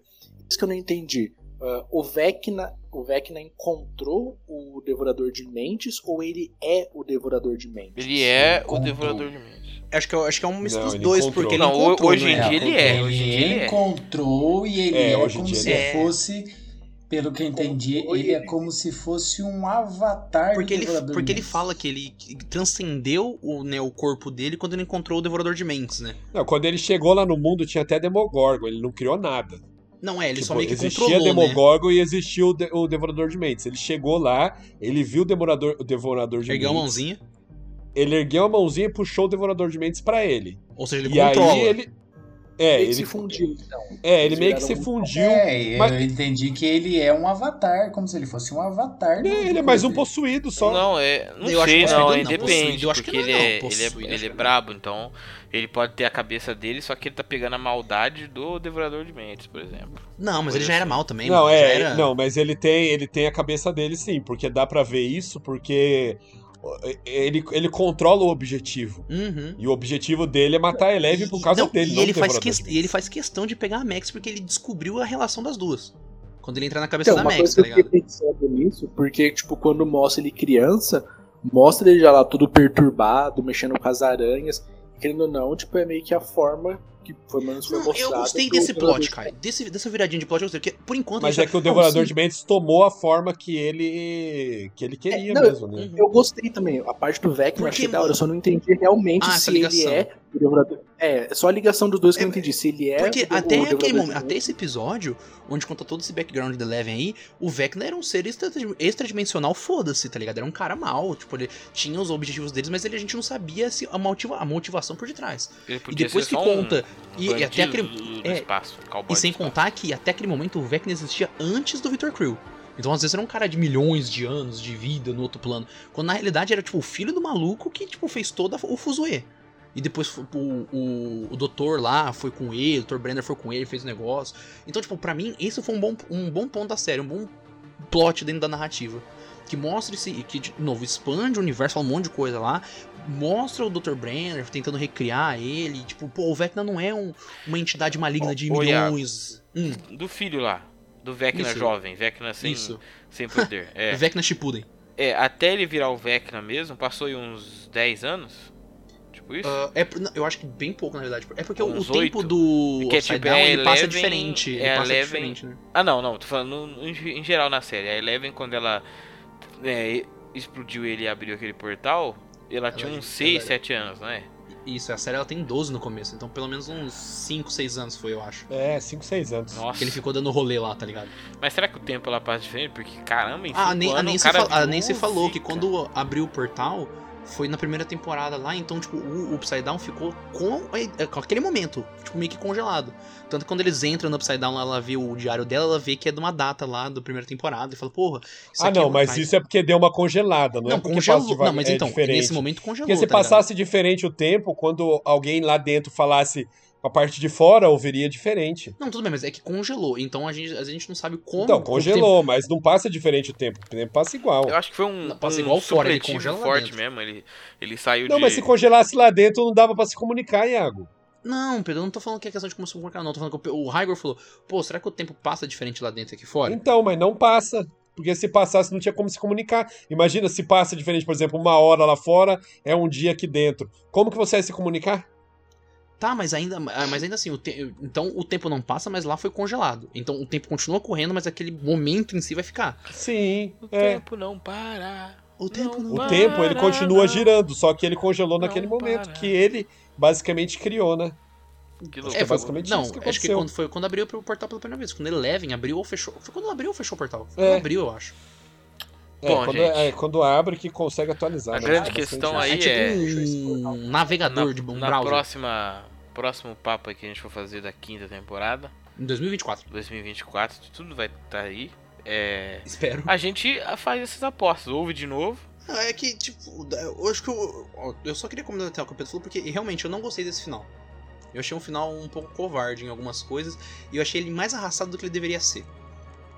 Isso que eu não entendi. Ah, o Vecna. O Vecna encontrou o Devorador de Mentes ou ele é o Devorador de Mentes? Ele é o encontrou. devorador de mentes. Acho que, eu- acho que é um misto Não, dos ele dois, encontrou. porque ele Não, ho- encontrou, hoje né? em dia ele é, hoje em dia ele é. encontrou e ele é, É, hoje em como dia se ele é. fosse... Pelo que eu entendi, Encontrou ele é ele. como se fosse um avatar Porque do ele, Devorador porque ele Mendes. fala que ele transcendeu o, né, o corpo dele quando ele encontrou o Devorador de Mentes, né? Não, quando ele chegou lá no mundo, tinha até Demogorgon, ele não criou nada. Não é, ele Tipo, só meio que existia controlou, né? Demogorgon e existia o, de- o Devorador de Mentes. Ele chegou lá, ele viu o Devorador, o Devorador de Ergueu a Mentes. mãozinha, Ele ergueu a mãozinha e puxou o Devorador de Mentes pra ele. ou seja, ele e controla. aí ele. É, Ele ele, se fundiu, então. é, ele Eles meio que viraram se um- fundiu. É, É, eu mas- entendi que ele é um avatar, como se ele fosse um avatar. do- ele é mais um possuído só. Não, é. Não Eu acho sei, que não, possuído ele não, depende. possuído eu acho que porque não ele é não, é, possuído ele eu é, acho ele é que não. brabo, então ele pode ter a cabeça dele, só que ele tá pegando a maldade do devorador de mentes, por exemplo. Não, mas ele já era mal também. Não, mano, já é, era... não, mas ele tem, ele tem a cabeça dele sim, porque dá pra ver isso, porque ele, ele controla o objetivo. Uhum. E o objetivo dele é matar a Eleven por causa Não, dele, E não ele, do faz Devorador que- de e ele faz questão de pegar a Max porque ele descobriu a relação das duas. Quando ele entra na cabeça da Então, uma Max, coisa tá que eu fiquei ligado? pensando nisso, porque, tipo, quando mostra ele criança, mostra ele já lá todo perturbado, mexendo com as aranhas. querendo ou não, tipo, é meio que a forma que pelo menos foi Não, mostrada. eu gostei pro- desse pelo plot, menos- cara. Desse, dessa viradinha de plot eu gostei. Porque, por enquanto, Mas ele já- é tá assim, que o Não, Devorador um sim. de Mentes tomou a forma que ele que ele queria É, não, mesmo, né? Eu gostei também. A parte do Vecna eu Porque, achei da Uhum. mano- hora. Eu só não entendi realmente Ah, essa se ele ligação. é o devorador. É, só a ligação dos dois que É, eu não entendi. Se ele é. Porque o- o até devorador aquele de momento, mentes. até esse episódio, onde conta todo esse background da Eleven aí, o Vecna era um ser extra- extradimensional, foda-se, tá ligado? Era um cara mal, tipo, ele tinha os objetivos deles, mas ele, a gente não sabia se a, motiva- a motivação por detrás. Ele E podia depois ser que só um conta, e, e até bandido aquele, do, do é, espaço, cowboy e sem do espaço. contar que até aquele momento o Vecna existia antes do Victor Krill. Então às vezes era um cara de milhões de anos de vida no outro plano, quando na realidade era tipo o filho do maluco que tipo fez toda o fuzuê. E depois fu- o, o, o doutor lá foi com ele, o Dr. Brenner foi com ele, fez o negócio. Então, tipo, pra mim, esse foi um bom, um bom ponto da série, um bom plot dentro da narrativa. Que mostra esse. Que, de novo, expande o universo, fala um monte de coisa lá. Mostra o Dr. Brenner tentando recriar ele. Tipo, pô, o Vecna não é um- uma entidade maligna de Ô, Iago. milhões. Hum, Do filho lá. Do Vecna Isso. jovem. Vecna sem, isso. sem poder. é. Vecna Shippuden. É, até ele virar o Vecna mesmo, passou aí uns 10 anos? Tipo isso? Ah, é, por- não, eu acho que bem pouco, na verdade. É porque o- o Uns tempo oito. do Porque, Upside tipo, Down, é ele passa 11, diferente. Ele é passa 11. diferente, né? Ah, não, não, tô falando no- em, ge- em geral na série. A Eleven, quando ela é, explodiu ele e abriu aquele portal, ela, tinha Ela- é uns 6, ela era- 7 anos, não é? Isso, a série ela tem 12 no começo, então pelo menos uns 5, 6 anos foi, eu acho. É, 5, 6 anos. Nossa. Que ele ficou dando rolê lá, tá ligado? Mas será que o tempo ela passa diferente? Porque caramba, em Ah, cinco nem, a anos, Nancy o um cara fal- a virou Nancy falou que zica. quando abriu o portal foi na primeira temporada lá, então, tipo, o Upside Down ficou com, é, com aquele momento, tipo, meio que congelado. Tanto que quando eles entram no Upside Down lá, ela vê o diário dela, ela vê que é de uma data lá da primeira temporada e fala, porra, isso ah, aqui não, é mas mais- isso é porque deu uma congelada, não, é Não, porque passa congelou. devagar, Não, mas é então, diferente. nesse momento congelou. porque se tá ligado? passasse diferente o tempo, quando alguém lá dentro falasse a parte de fora, ouviria diferente. Não, tudo bem, mas é que congelou. Então a gente, a gente não sabe como. Então, como tem- congelou, mas não passa diferente o tempo, o tempo passa igual. Eu acho que foi um, Não, passa um igual fora, ele supletivo congela lá forte dentro. mesmo. Ele, ele saiu Não, de... mas se congelasse lá dentro, não dava pra se comunicar, Iago. Não, Pedro, eu não tô falando que é questão de como se comunicar, não. Eu Tô falando que o o Raigor falou, pô, será que o tempo passa diferente lá dentro e aqui fora? Então, mas não passa. Porque se passasse, não tinha como se comunicar. Imagina se passa diferente, por exemplo, uma hora lá fora, é um dia aqui dentro. Como que você ia se comunicar? Tá, mas ainda, ah, mas ainda assim, o te- então o tempo não passa, mas lá foi congelado. Então o tempo continua correndo, mas aquele momento em si vai ficar. Sim, O é. tempo não para. O tempo não, O para, tempo, ele continua não. girando, só que ele congelou Não naquele momento para. que ele basicamente criou, né? Que Acho louco. que é foi- basicamente não, isso que acho que aconteceu. quando foi quando abriu o portal pela primeira vez, quando Eleven abriu ou fechou, foi quando abriu ou fechou o portal? Foi É. quando abriu, eu acho. É, Bom, quando, gente. é, quando abre que consegue atualizar. A né? grande Bastante questão isso. aí é tipo é- um navegador na, de um na browser. próxima próximo papo aí que a gente for fazer da quinta temporada, Em 2024. 2024, tudo vai estar aí. É, Espero. a gente faz essas apostas, ouve de novo. Ah, É que, tipo, eu acho que eu. ó, Eu só queria comentar o que o Pedro falou, porque realmente eu não gostei desse final. Eu achei um final um pouco covarde em algumas coisas, e eu achei ele mais arrastado do que ele deveria ser.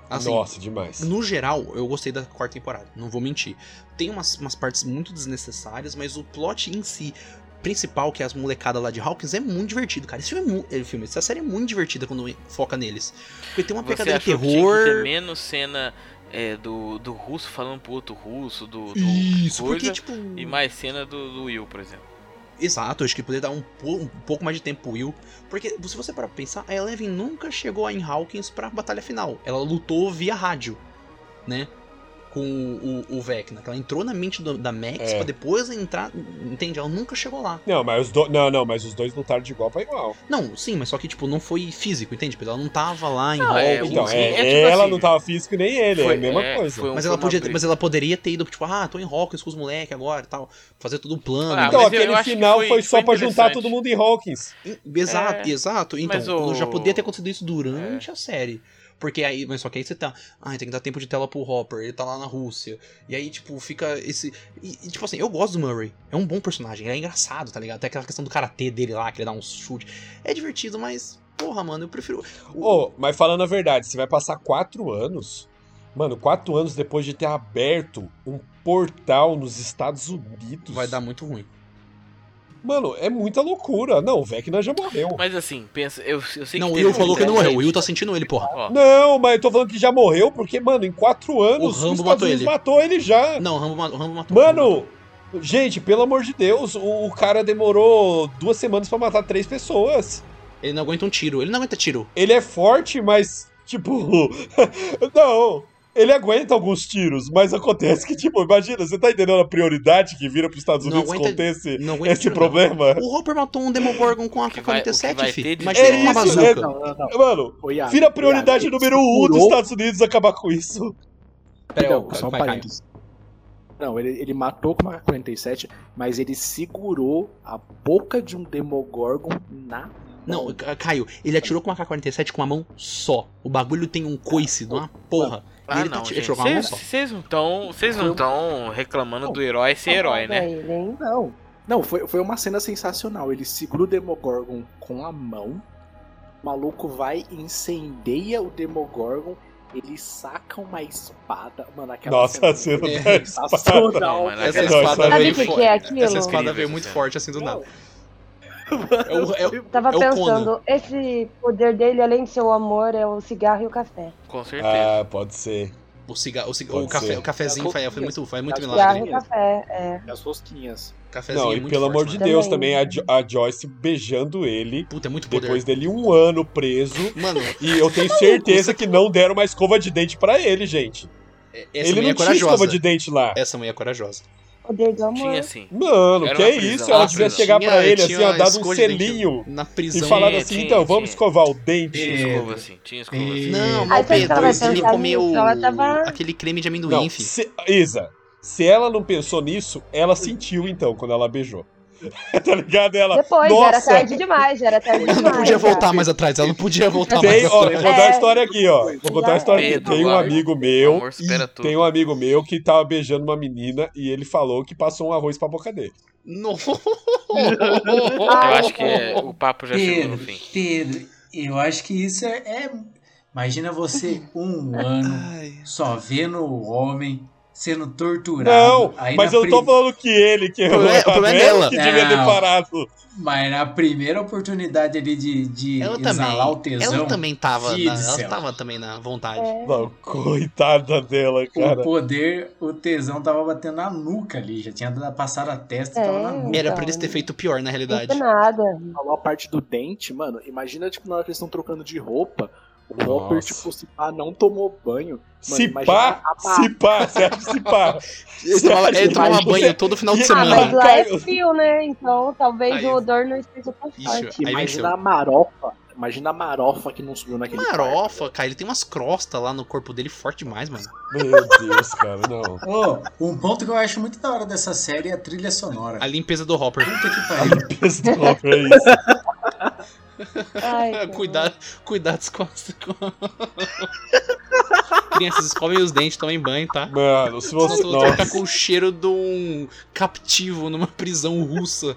Assim, Nossa, demais. no geral, eu gostei da quarta temporada, não vou mentir. Tem umas, umas partes muito desnecessárias, mas o plot em si, principal, que é as molecadas lá de Hawkins, é muito divertido, cara. Esse filme é, mu- é, filme, essa série é muito divertida quando foca neles. Porque tem uma pegada de achou que tinha que ter terror. menos cena é, do, do russo falando pro outro russo, do, do Isso, coisa, porque, tipo. e mais cena do, do Will, por exemplo. Exato, acho que poderia dar um, po- um pouco mais de tempo pro Will. Porque, se você parar pra pensar, a Eleven nunca chegou em Hawkins pra batalha final. Ela lutou via rádio, né? Com o, o, o Vecna. Ela entrou na mente do- da Max É. pra depois entrar. Entende? Ela nunca chegou lá. Não, mas os dois. Não, não, mas os dois lutaram de igual pra igual. Não, sim, mas só que, tipo, não foi físico, entende? Pedro? Ela não tava lá em Não, é, Hawkins. Então, Sim, é, é tipo ela assim, não tava físico nem ele, é foi- a mesma é, coisa. foi um- Mas ela, uma podia, briga. mas ela poderia ter ido, tipo, ah, tô em Hawkins com os moleques agora e tal. Fazer todo o plano. Ah, Então, mas eu- eu aquele acho que final foi- foi, foi só pra juntar interessante. todo mundo em Hawkins. Exato, É. exato. Então, Mas o- É. já podia ter acontecido isso durante a série. Porque aí, mas só que aí você tá. Ah, tem que dar tempo de tela pro Hopper, ele tá lá na Rússia. E aí, tipo, fica esse. E, e, tipo assim, eu gosto do Murray. É um bom personagem, ele é engraçado, tá ligado? Até aquela questão do karatê dele lá, que ele dá um chute. É divertido, mas. Porra, mano, eu prefiro. o- Ô, mas falando a verdade, você vai passar quatro anos. Mano, quatro anos depois de ter aberto um portal nos Estados Unidos. Vai dar muito ruim. Mano, é muita loucura. Não, o Vecna já morreu. Mas assim, pensa, eu, eu sei Não, que o um teve Will falou que muita não morreu. O gente- Will tá sentindo ele, porra. Ó, Não, mas eu tô falando que já morreu, porque, mano, em quatro anos Rambo os Estados matou Unidos ele. matou ele já. Não, o Rambo, ma- o Rambo matou um. Mano, Gente, pelo amor de Deus, o, o cara demorou duas semanas pra matar três pessoas. Ele não aguenta um tiro. Ele não aguenta tiro. Ele é forte, mas, tipo. não. Ele aguenta alguns tiros, mas acontece que, tipo, imagina, você tá entendendo a prioridade que vira pros Estados Não Unidos aguenta- conter esse, Não aguenta esse tiro, não. problema? O Hopper matou um Demogorgon com a que vai- o que vai AK-47, ter filho. de- Imagina É com uma isso, bazuca. Não, não, não. Mano, Ô, Iago, vira a prioridade Iago, número ele um dos segurou- Estados Unidos acabar com isso. Pera aí, Não, ó, só um vai, Caio. parênteses. Não, ele, ele matou com uma 47, mas ele segurou a boca de um Demogorgon na. Não, Ca- Caio, ele atirou com uma AK-47 com uma mão só. O bagulho tem um coice de uma porra. Ah, ele não, te- gente. atirou com uma mão Vocês só. vocês não estão, vocês não estão reclamando do herói ser herói, né? Ele, hein? Não. Não, foi, foi uma cena sensacional. Ele segura o Demogorgon com a mão. O maluco vai, incendeia o Demogorgon. Ele saca uma espada. Mano, aquela Nossa, a cena É. da espada. sensacional. Não, mas Essa Não, espada isso aí veio forte. foi- Sabe o que que é Essa aquilo? espada veio Incrível, muito Zé. forte assim é do nada. É Mano, o- é o- foi- Tava É o pensando, esse poder dele, além de ser o amor, é o cigarro e o café. Com certeza. Ah, pode ser. O, ciga, o, ciga, Pode o, café, ser. o cafezinho faz, faz muito, faz muito Tá Cigarro milagre. e Milagre. o café, é. As rosquinhas. Cafezinho Não, é e muito pelo forte, amor de mano. Deus também, Também. a, Jo- a Joyce beijando ele, Puta, é muito poder. depois dele um ano preso. Mano, E eu tenho certeza que não deram uma escova de dente pra ele, gente. é- essa mulher ele não é tinha escova corajosa. de dente lá. Essa mulher é corajosa. Poder do amor. Tinha sim. Mano, Era que uma é prisão. isso? Ela Ah, devia prisão. chegar pra Tinha- ele, tinha assim, ó, dado um escova de dente selinho. Na E prisão. é, falado Tinha, assim, tinha, então, vamos tinha. escovar o dente. Tinha Pedro. escova sim, tinha escova sim. Não, Pedro. mas Aí sabe o que ela Pedro, vai ele pensar comeu nisso? Ela tava- aquele creme de amendoim, Não, filho. se- Isa, se ela não pensou nisso, ela sentiu então quando ela beijou. tá ligado? Ela. Depois, já era Nossa, tarde demais, já era tarde demais. Ela não podia já. voltar mais atrás, ela não podia voltar mais Tem, ó, vou atrás. contar a É. história aqui, ó. Vou contar a história aqui. Pedro, Tem um vai. amigo meu. Amor supera tudo. Tem um amigo meu que tava beijando uma menina e ele falou que passou um arroz pra boca dele. Nossa. Eu acho que é- o papo já chegou no Pedro, fim. Pedro, eu acho que isso é. é- Imagina você um ano Ai. só vendo o homem sendo torturado. Não, Aí mas na eu não tô pri- falando que ele, que O problema- o problema é ela ela. que devia ter Não. parado. Mas na primeira oportunidade ali de, de Ela exalar o também. tesão, Ela também tava. Filho Na, do ela céu. tava também na vontade. É. Não, coitada dela, o cara. poder, o tesão tava batendo na nuca ali, já tinha dado- passado a testa e tava na É. nuca. Era pra eles ter feito pior, na realidade. Não foi nada. Falou a parte do dente, mano. Imagina, tipo, na hora que eles estão trocando de roupa. O Nossa. Hopper, tipo, se pá, não tomou banho. Se imagina pá, a barra. se pá, você acha se pá. Ele tomava, ele tomava Você- É, banho todo final de Ah, Ah, semana. mas lá é Caiu. frio, né? Então talvez Aí. o odor não esteja tão Ixi, forte. aí venceu. Imagina a marofa. Imagina a marofa que não subiu naquele quarto. Marofa, cara, ele tem umas crostas lá no corpo dele forte demais, mano. Meu Deus, cara, não. Ô, um ponto que eu acho muito da hora dessa série é a trilha sonora. A limpeza do Hopper. Puta que A pariu. limpeza do Hopper é isso. Ai, que Cuidado, cuidados com as. com- Crianças, escovem os dentes, tomem banho, tá? Mano, se você. Senão você Nossa, tá com o cheiro de um captivo numa prisão russa.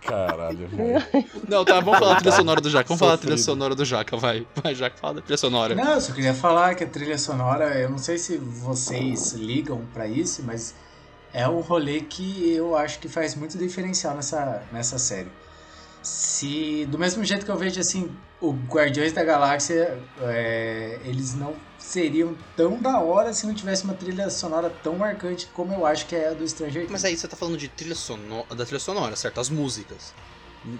caralho, velho. horror. Não, tá, vamos falar a trilha sonora do Jaca. Vamos falar a trilha Sofrido. sonora do Jaca, vai. Vai, Jaca, fala da trilha sonora. Não, eu só queria falar que a trilha sonora, eu não sei se vocês ligam pra isso, mas é um rolê que eu acho que faz muito diferencial nessa, nessa série. Se do mesmo jeito que eu vejo assim, o Guardiões da Galáxia, é, eles não seriam tão da hora se não tivesse uma trilha sonora tão marcante como eu acho que é a do Stranger Mas Things. aí você tá falando de trilha sonora, da trilha sonora, certo? As músicas.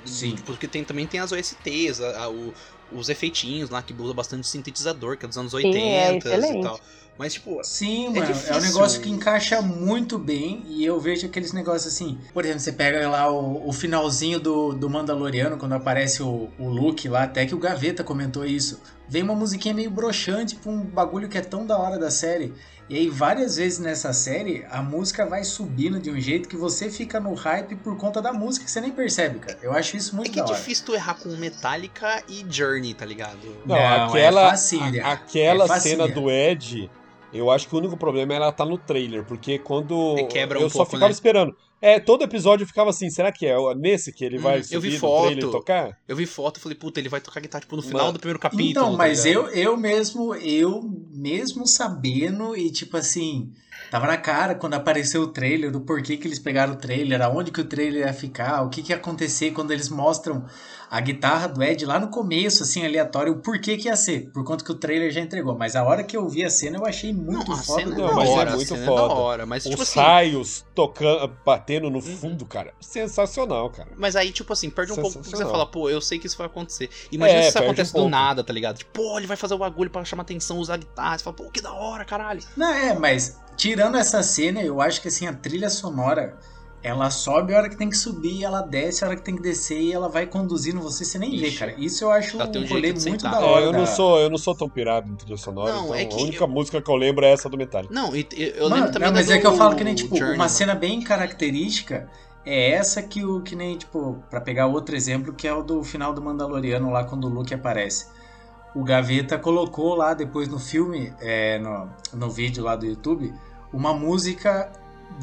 Sim. Porque tem, também tem as OSTs, a- a- o- os efeitinhos lá que usa bastante sintetizador, que é dos anos 80 e excelente. tal. Mas, tipo, Sim, É mano, é difícil. um negócio que encaixa muito bem e eu vejo aqueles negócios assim, por exemplo, você pega lá o, o finalzinho do, do Mandaloriano, quando aparece o, o Luke lá, até que o Gaveta comentou isso, vem uma musiquinha meio broxante pra um bagulho que é tão da hora da série, e aí várias vezes nessa série, a música vai subindo de um jeito que você fica no hype por conta da música, que você nem percebe, cara, eu acho isso é muito que é da hora. difícil tu errar com Metallica e Journey, tá ligado? Não, Não, aquela, é facinho, a- Iago. aquela É facinho, cena Iago. do Ed, eu acho que o único problema é ela tá no trailer, porque quando É, quebra um eu só pouco, ficava né? esperando. É, todo episódio eu ficava assim, será que é nesse que ele vai Hum, eu vi subir foto. no trailer e tocar? Eu vi foto e falei, puta, ele vai tocar guitarra, tipo, no final Mano. do primeiro capítulo. Então, tá mas ligado? eu, eu mesmo, eu mesmo sabendo e tipo assim, tava na cara quando apareceu o trailer, do porquê que eles pegaram o trailer, aonde que o trailer ia ficar, o que que ia acontecer quando eles mostram a guitarra do Ed lá no começo, assim, aleatório, o porquê que ia ser, por conta que o trailer já entregou. Mas a hora que eu vi a cena, eu achei muito Não, a foda. cena é do não, da mas é hora, muito a cena é da foda. hora. Mas, Os tipo assim, Hum. raios tocando, batendo no fundo, cara. Sensacional, cara. Mas aí, tipo assim, perde um pouco porque você Sensacional. fala, pô, eu sei que isso vai acontecer. É, Imagina se isso perde acontece um pouco. do nada, tá ligado? Tipo, pô, ele vai fazer o bagulho pra chamar atenção, usar guitarra. Você fala, pô, que da hora, caralho. Não, é, mas tirando essa cena, eu acho que assim, a trilha sonora, ela sobe a hora que tem que subir, ela desce a hora que tem que descer e ela vai conduzindo você, você nem vê, Ixi. cara. Isso eu acho Ela tem um um rolê jeito de muito sentar. da É, É, hora. eu não da- sou, eu não sou tão pirado em trilha sonora, Não, então é que a única música que eu lembro é essa do Metallica. Não, e te- eu, eu Mano, lembro também não, da mas é do que eu falo que nem, tipo, Journey, uma mano. cena bem característica é essa que o que nem, tipo, pra pegar outro exemplo, que é o do final do Mandaloriano lá quando o Luke aparece. O Gaveta colocou lá depois no filme, é, no, no vídeo lá do YouTube, uma música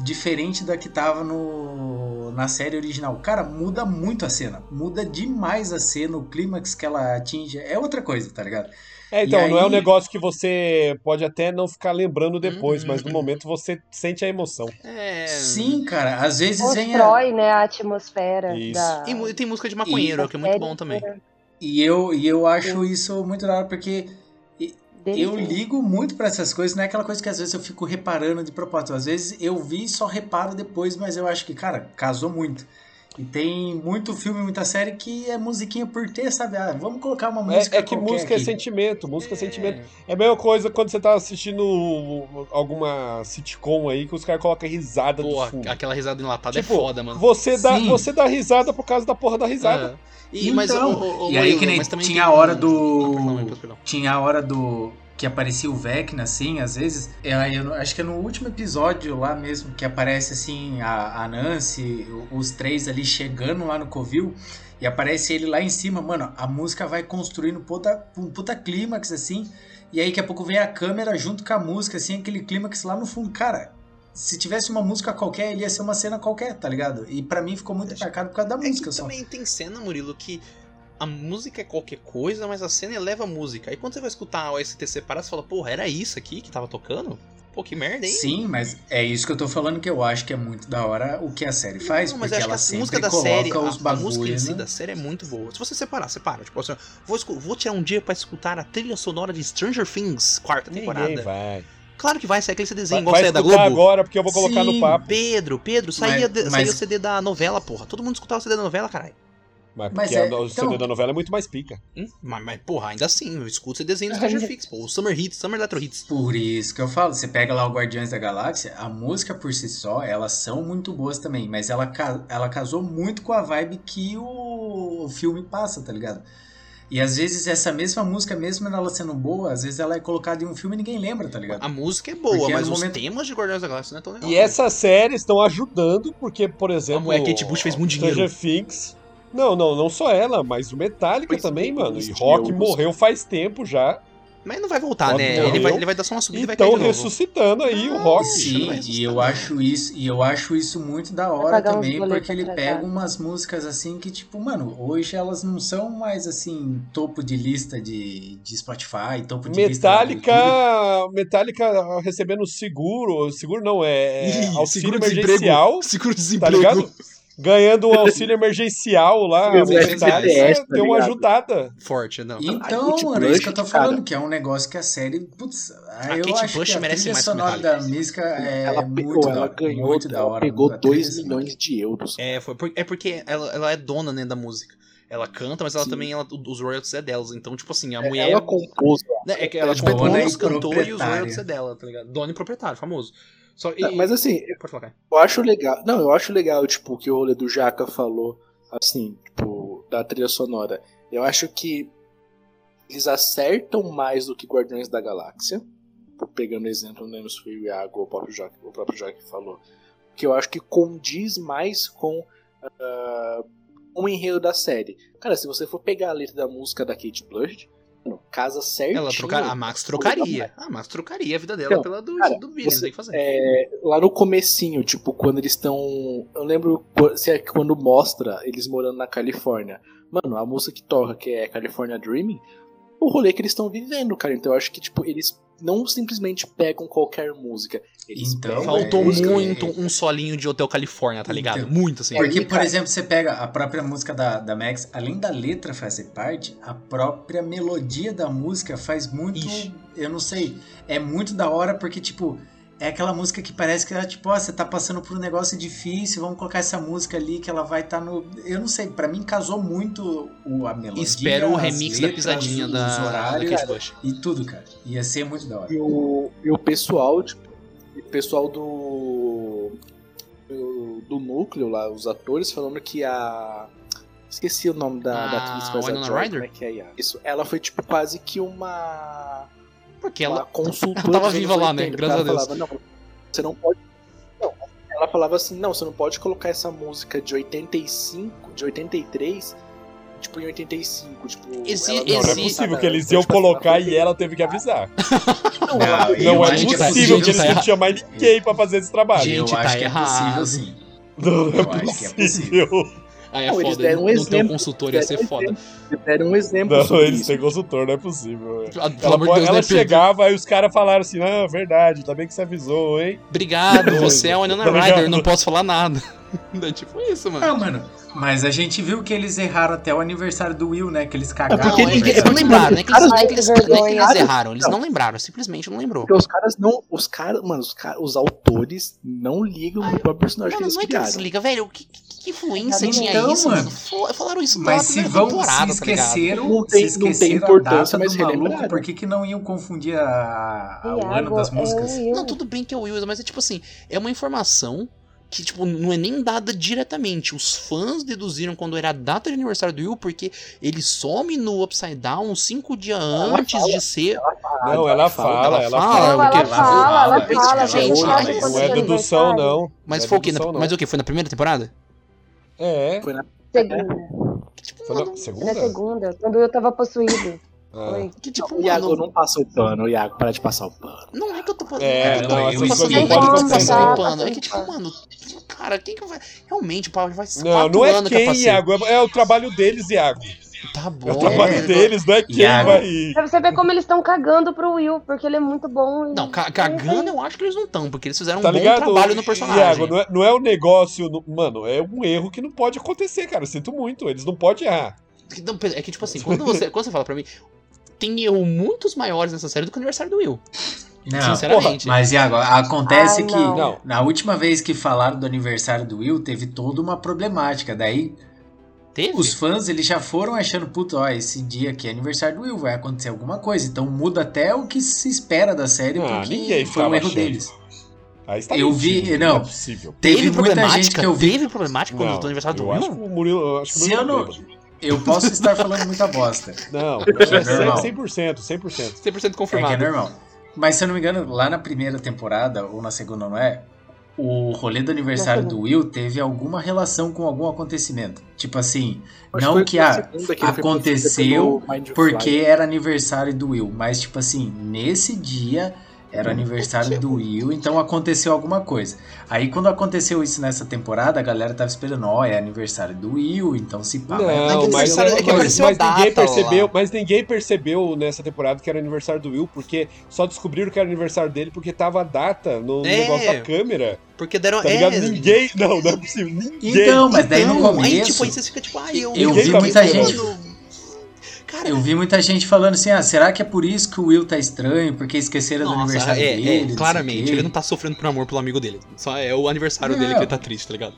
diferente da que tava no, na série original. Cara, muda muito a cena. Muda demais a cena, o clímax que ela atinge. É outra coisa, tá ligado? É, então, E não é um aí- negócio que você pode até não ficar lembrando depois, Uhum. mas no momento você sente a emoção. É. Sim, cara, às vezes vem a, Constrói, né, a atmosfera Isso. da. E, mu- e tem música de maconheiro, da que é muito série bom também. inteira E eu, e eu acho isso muito da hora, porque dele. eu ligo muito pra essas coisas, não é aquela coisa que às vezes eu fico reparando de propósito. Às vezes eu vi e só reparo depois, mas eu acho que, cara, casou muito. E tem muito filme, muita série que é musiquinha por ter, sabe? Ah, vamos colocar uma música É, é que qualquer música aqui. é sentimento, música é sentimento. É. É a mesma coisa quando você tá assistindo alguma sitcom aí que os caras colocam risada Pô, do fundo. aquela risada enlatada Tipo, é foda, mano. Você dá, Sim. você dá risada por causa da porra da risada. É. E, mas, Então, ô, ô, ô, e aí Murilo, que nem mas também tinha tem a hora um- do- Ah, perdão, Murilo, perdão. Tinha a hora do. que aparecia o Vecna, assim, às vezes. É, aí eu não- acho que é no último episódio lá mesmo, que aparece assim a, a Nancy, o- os três ali chegando lá no Covil. E aparece ele lá em cima, mano. A música vai construindo puta- um puta clímax, assim. E aí daqui a pouco vem a câmera junto com a música, assim, aquele clímax lá no fundo. Cara, se tivesse uma música qualquer, ele ia ser uma cena qualquer, tá ligado? E pra mim ficou muito Acho- marcado por causa da É música que só. também tem cena, Murilo, que a música é qualquer coisa, mas a cena eleva a música. Aí quando você vai escutar a OST separada, você fala, porra, era isso aqui que tava tocando? Pô, que merda, hein? Sim, mas é isso que eu tô falando que eu acho que é muito da hora o que a série faz, Não, porque ela a sempre música da coloca série, a, os a música em bagulhos, si né? da série é muito boa. Se você separar, separa. Tipo assim, ó, vou, escu- vou tirar um dia pra escutar a trilha sonora de Stranger Things, quarta Ninguém temporada. vai. Claro que vai, sai aquele CDzinho, Vai, igual vai saia da escutar Globo. agora porque eu vou colocar Sim. no papo. Pedro, Pedro, saía, de- mas- saía o CD da novela, porra. Todo mundo escutava o CD da novela, caralho. Mas, Mas porque é, a- o então- CD da novela é muito mais pica. Hum? Mas, mas, porra, ainda assim, eu escuto o CDzinho do Stranger Things, pô. O Summer Hits, Summer Electro Hits. Por isso que eu falo, você pega lá o Guardiões da Galáxia, a música por si só, elas são muito boas também, mas ela, ca- ela casou muito com a vibe que o, o filme passa, tá ligado? E às vezes essa mesma música, mesmo ela sendo boa, às vezes ela é colocada em um filme e ninguém lembra, tá ligado? A música é boa, Porque é mas no os momento- temas de Guardiões da Galáxia não é tão legal. E essas séries estão ajudando, porque, por exemplo. mulher Kate Bush fez muito Stranger Things. Não, não, não só ela, mas o Metallica Mas também, tem mano. os E Rock deuses. morreu faz tempo já. Mas não vai voltar, Tá Rock né? morreu. Ele vai, ele vai dar só uma subida E e vai cair de Então, estão novo. Então, ressuscitando aí o Ah, Rock. Sim, Não é e eu assustador. acho isso, e eu acho isso muito da hora pagar uns também, boletos porque ele atrasados. pega umas músicas assim que, tipo, mano, hoje elas não são mais assim, topo de lista de, de Spotify, topo de lista. do YouTube. Metallica, Metallica recebendo seguro, seguro não, é é Ih, auxílio seguro-desemprego. emergencial, tá Seguro-desemprego. ligado? Ganhando um auxílio emergencial lá, Sim, o mas é Metallica SBS, tá deu uma ligado? ajudada. Forte, não. Então, Kate mano, é isso que eu Bush, tô cara. falando, que é um negócio que a série. Putz, eu Kate acho Bush que a merece trilha mais que sonora da Metallica. música é ela pe- muito da ela hora, ganhou, muito da ela hora, pegou mano, a trilha 2 sonora. milhões de euros. É, foi por- é porque ela, ela é dona, né, da música. Ela canta, mas ela Sim. também, ela, os royalties é delas. Então, tipo assim, a É, mulher... Ela compôs. né, é que ela é tipo, dona compôs, e cantou e os proprietária. royalties é dela, tá ligado? Dona e proprietário, famoso. Só, e, Mas assim, Pode falar, cara. eu acho legal. Não, eu acho legal, tipo, o que o rolê do Jaca falou, assim, tipo, da trilha sonora. Eu acho que eles acertam mais do que Guardiões da Galáxia. Tô Pegando exemplo, não lembro se foi o Iago ou o próprio Jaca, o próprio Jaca que falou. Que eu acho que condiz mais com ah, o enredo da série. Cara, se você for pegar a letra da música da Kate Blush, casa certinho. Ela trocar, a Max trocaria. A Max trocaria a vida dela Então, pela do, cara, do Billy, não você- tem o que fazer. É, lá no comecinho, tipo, quando eles estão. Eu lembro qu- se é que quando mostra eles morando na Califórnia. Mano, a música que toca, que é California Dreaming, o rolê que eles estão vivendo, cara. Então eu acho que, tipo, eles não simplesmente pegam qualquer música. Eles Então, pegam Faltou é, isso que- muito um solinho de Hotel Califórnia, tá ligado? Então. muito assim. Porque, aí, por cara. exemplo, você pega a própria música da, da Max, além da letra fazer parte, a própria melodia da música faz muito. Ixi. Eu não sei. É muito da hora porque, tipo, é aquela música que parece que ela, tipo, ó, você tá passando por um negócio difícil, vamos colocar essa música ali que ela vai estar no. Eu não sei, pra mim casou muito o, a melodia. Espero o as remix da letras, pisadinha os da, horários, da Kate Bush. e tudo, cara. Ia ser muito da hora. E o, e o pessoal, tipo, e o pessoal do, do. do núcleo lá, os atores, falando que a. Esqueci o nome da, da A atriz que faz Ah, Winona a Joy, Ryder? como é que é Yara? Isso, ela foi tipo quase que uma. Porque Ela ela. consultora. ela tava dos anos viva lá, né? 80, Graças ela a Deus. Falava, não, você não pode. Não, ela falava assim, não, você não pode colocar essa música de 85, de 83, tipo em 85, tipo. Exi- ela Não, não é Existe- tá, possível que eles iam colocar e ela teve que avisar. Não, Não, ela- Eu Não é acho que é possível possível, que eles tá não tinham mais ninguém pra fazer esse trabalho. Gente, tá acho que é errado. possível sim. Não, não eu é acho que é possível. Aí é Não, eles foda, deram um não ter um exemplo, consultor ia eles ser deram um foda. Eles deram um exemplo Não, sobre eles isso. têm consultor, não é possível. é. Ah, Pelo Ela, amor de pode- Deus, ela né, Pedro? chegava e os caras falaram assim: não, verdade, ainda bem que você avisou, hein? Obrigado, você é a Winona Tá ligado? Ryder, não posso falar nada. É tipo isso, mano. Ah, mano, mas a gente viu que eles erraram até o aniversário do Will, né? Que eles cagaram. É porque o eles- aniversário. não lembraram, né? que eles- não é que eles- não é que eles erraram, eles não lembraram, simplesmente não lembrou. Porque os caras não. Os caras. Mano, os, cara, os autores não ligam pro personagem que eles é criaram. liga, velho. é Que, que, que influência Então, mano. Fo- Falaram isso lá Mas na se né, primeira vão se temporada, tá ligado? esqueceram, Não tem- se não tem esqueceram a data importância, mas do maluco, relembraram. por que, que não iam confundir a, a- o ano Iago, das é músicas? o Will. Não, tudo bem que é o Will, mas é tipo assim, é uma informação que, tipo, não é nem dada diretamente. Os fãs deduziram quando era a data de aniversário do Will, porque ele some no Upside Down cinco dias antes fala, é de ser. não, ela fala, ela ela fala, fala. Não, porque- ela fala, ela Ela fala, a gente fala, sabe gente, né? quando Não é é seu dedução, aniversário. não. Mas Não é foi o quê? Na- dedução, não. Mas o quê? Foi na primeira temporada? É. Segunda, Tipo, Foi na mano, na segunda? segunda, quando eu tava possuído. Ah. Foi. que, tipo, O Iago mano, não passa o pano, o Iago, para de passar o pano. Não é que eu tô passando. É, eu tô- não, eu tô essas passando- coisas não é que eu tô podem passando passar. pano. É que, tipo, mano, cara, quem que vai. Realmente, o Paulo vai ser. Não, não é anos que eu quem, passei. Iago. É, é o trabalho deles, Iago. Tá É o bom. trabalho É. deles, não é quem Iago. vai. Pra você ver como eles estão cagando pro Will, porque ele é muito bom. e- Não, ca- cagando eu acho que eles não estão, porque eles fizeram um Tá bom ligado? trabalho no personagem. Iago, não é, não é um negócio. no- Mano, é um erro que não pode acontecer, cara. Eu sinto muito. Eles não podem errar. Não, Pedro, é que, tipo assim, quando você, quando você fala pra mim, tem erro muitos maiores nessa série do que o aniversário do Will. Não, sinceramente. mas e agora? Acontece Ah, que não. Não. na última vez que falaram do aniversário do Will, teve toda uma problemática. Daí Teve? os fãs eles já foram achando, puto, ó, esse dia aqui é aniversário do Will, vai acontecer alguma coisa. Então muda até o que se espera da série, Ah, porque ninguém foi um ficava erro achando. deles. Aí está Eu vi- mentindo, não. é possível. Teve muita gente que eu vi Teve problemática quando Não, do Tipo, aniversário do eu Will? acho que o Murilo. eu Acho que o Se eu Murilo não. é bêbado. Eu posso estar falando muita bosta. Não, é Normal. 100%, 100%. 100% É que é confirmado. normal. Mas se eu não me engano, lá na primeira temporada, ou na segunda, não é? O rolê do aniversário Na do Will teve alguma relação com algum acontecimento. Tipo assim, Acho não foi que na a- segunda que ele foi aconteceu possuído pelo Mind Fly. porque era aniversário do Will, mas tipo assim, nesse dia era aniversário do Will, então aconteceu alguma coisa. Aí quando aconteceu isso nessa temporada, a galera tava esperando, ó, é aniversário do Will, então se pá. vai Não, que acontecer mas, aniversário- é alguma que coisa. mas, apareceu mas a data ninguém percebeu, lá. mas ninguém percebeu nessa temporada que era aniversário do Will, porque só descobriram que era aniversário dele porque tava a data no, no É. negócio da câmera. Porque deram. Tá ligado? Ninguém. Não, não é possível. Ninguém. Então, mas daí no Então, começo. Aí, tipo, aí você fica tipo, ah, eu. Eu vi fiquei muita pensando- Cara, Eu vi muita gente falando assim, ah, será que é por isso que o Will tá estranho? Porque esqueceram do nossa, aniversário é, dele? é, não sei o claramente, quê. ele não tá sofrendo por amor pelo amigo dele. Só é o aniversário Não. dele que ele tá triste, tá ligado?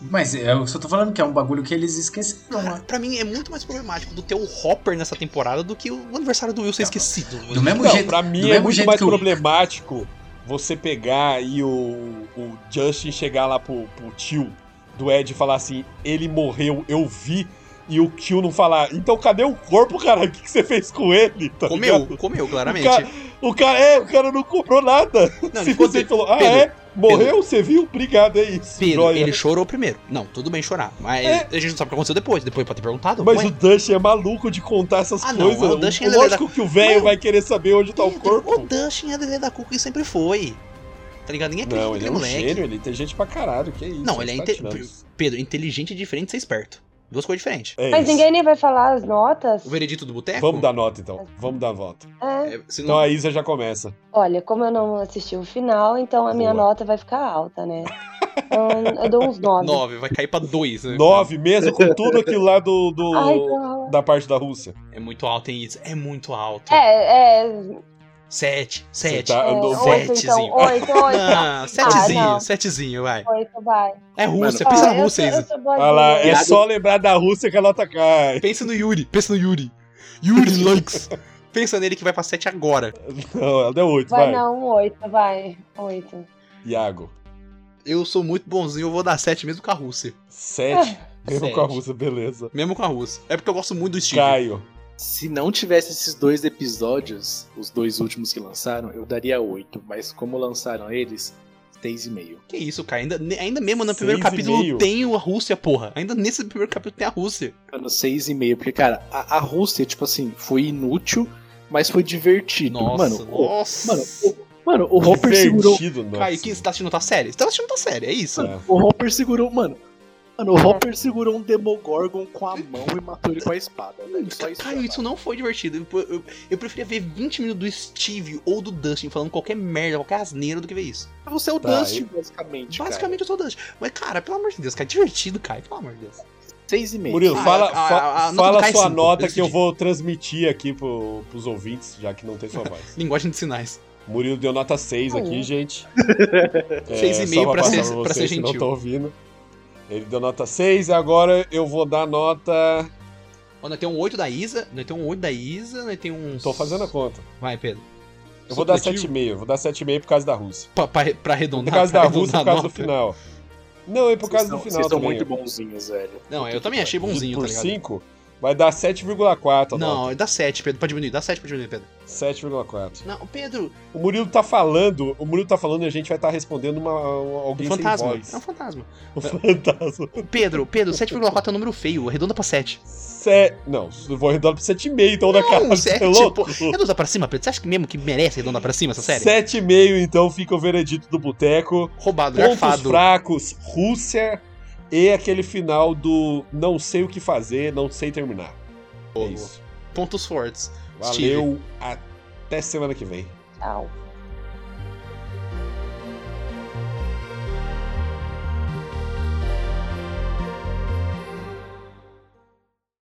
Mas eu só tô falando que é um bagulho que eles esqueceram lá. Pra mim é muito mais problemático do ter o Hopper nessa temporada do que o aniversário do Will ser esquecido. Do mesmo Não, jeito. pra do mim é mesmo muito jeito mais que o- problemático você pegar e o, o Justin chegar lá pro, pro tio do Ed e falar assim, ele morreu, eu vi, e o tio não falar, então cadê o corpo, cara? O que, que você fez com ele? Tá ligado? Comeu, comeu, claramente. O cara, é, o cara não cobrou nada. Não, ele Se ficou você de- falou, ah, Pedro, é? Morreu, você viu? Obrigado, é isso. Pedro, Joia. ele chorou primeiro. Não, tudo bem chorar. Mas É. a gente não sabe o que aconteceu depois. Depois pra ter perguntado. Mas ué. o Dush é maluco de contar essas Ah, não, coisas. o Dush é Lógico que o velho Mas- vai querer saber onde tá o Pedro, corpo. O Dustin é desenho da Cuca e sempre foi. Tá ligado? Ninguém acredita Não, ele naquele é um moleque. gênio, ele é inteligente pra caralho, que isso. Não, ele é tá inte- tirando. Pedro, inteligente é diferente de ser esperto. Duas coisas diferentes. É Mas isso. ninguém nem vai falar as notas. O veredito do boteco? Vamos dar nota então, vamos dar nota. É. É, se Então não... a Isa já começa. Olha, como eu não assisti o final, então a minha Boa. nota vai ficar alta, né? Então, eu dou uns 9. Nove, vai cair pra dois. né? Nove mesmo com tudo aquilo lá do, do- Ai, não. da parte da Rússia. É muito alto, hein, isso? É muito alto. É, é. Sete, Você sete. tá é andou Zé. oito, então. Setezinho. Oito, oito. Ah, setezinho, não. setezinho, vai. Oito, vai. É Rússia, Mano, pensa Ó, na eu Rússia, sou- eu Isa. sou Olha lá, boazinha. é Piada- só lembrar da Rússia que a nota cai. Pensa no Yuri, pensa no Yuri. Yuri Lux. pensa nele que vai pra sete agora. Não, ela deu oito, Vai vai. não, um oito, vai. Oito. Iago, Eu sou muito bonzinho, eu vou dar sete mesmo com a Rússia. sete. Ah, Mesmo Sete. com a Rússia, beleza. Mesmo com a Rússia. É porque eu gosto muito do Steve. Caio, Se não tivesse esses dois episódios, os dois últimos que lançaram, eu daria 8. Mas como lançaram eles, 6,5. Que isso, cara? Ainda, ne- ainda mesmo no Seis primeiro e capítulo meio. tem a Rússia, porra. Ainda nesse primeiro capítulo tem a Rússia. Mano, 6,5. Porque, cara, a, a Rússia, tipo assim, foi inútil, mas foi divertido. mano, o- nossa. mano, o, mano, o Hopper segurou. divertido, nossa. Caio, quem você tá assistindo tá sério? Você tá assistindo tá sério, é isso. É. O Hopper segurou. Mano. Mano, o Hopper segurou um Demogorgon com a mão e matou ele com a espada. velho. Só isso. Caio, isso não foi divertido. Eu, eu, eu preferia ver 20 minutos do Steve ou do Dustin falando qualquer merda, qualquer asneira do que ver isso. Você é o Tá, Dustin, basicamente. Basicamente eu sou o Dustin. Mas, cara, pelo amor de Deus, cara, é divertido, Caio, pelo amor de Deus. cara. 6,5. Murilo, Ah, fala, a- a- fa- a- a nota fala do Caio sua cinco, nota eu que eu decidi. vou transmitir aqui pro, pros ouvintes, já que não tem sua voz. Linguagem de sinais. Murilo deu nota 6 aqui, Aí. gente. É, Seis e só meio pra passar ser- vocês pra ser que Não gentil. tô ouvindo. Ele deu nota 6 e agora eu vou dar nota. Ó, nós temos um 8 da Isa, nós temos um 8 da Isa, nós temos um. Tô fazendo a conta. Vai, Pedro. Eu vou dar Supletivo? 7,5. eu Vou dar 7,5 por causa da Rússia. Pra, pra, pra Por arredondar. causa pra da Rússia, arredondar por causa a do nota. final. Não, é por causa do Vocês final são também. muito bonzinhos, velho. Não, eu também achei Dividido bonzinho, tá por tá ligado? 5, vai dar 7,4 a nota. Não, dá 7, Pedro, pra diminuir. Dá 7 pra diminuir, Pedro. 7,4. Não, Pedro, O Murilo tá falando, o Murilo tá falando e a gente vai estar respondendo uma, um alguém fantasma. sem voz. É um fantasma. Um fantasma. O Pedro, Pedro, 7,4 é um número feio. Arredonda pra 7. Sete... Não, eu vou arredondar pra 7,5 então da casa. sete, é louco? Arredonda pra cima, Pedro. Você acha que mesmo que merece arredondar pra cima essa série? 7,5 então fica o veredito do boteco. Roubado, Pontos garfado. fracos, Rússia e aquele final do não sei o que fazer, não sei terminar. É isso. Pontos fortes. Valeu, até semana que vem. Tchau.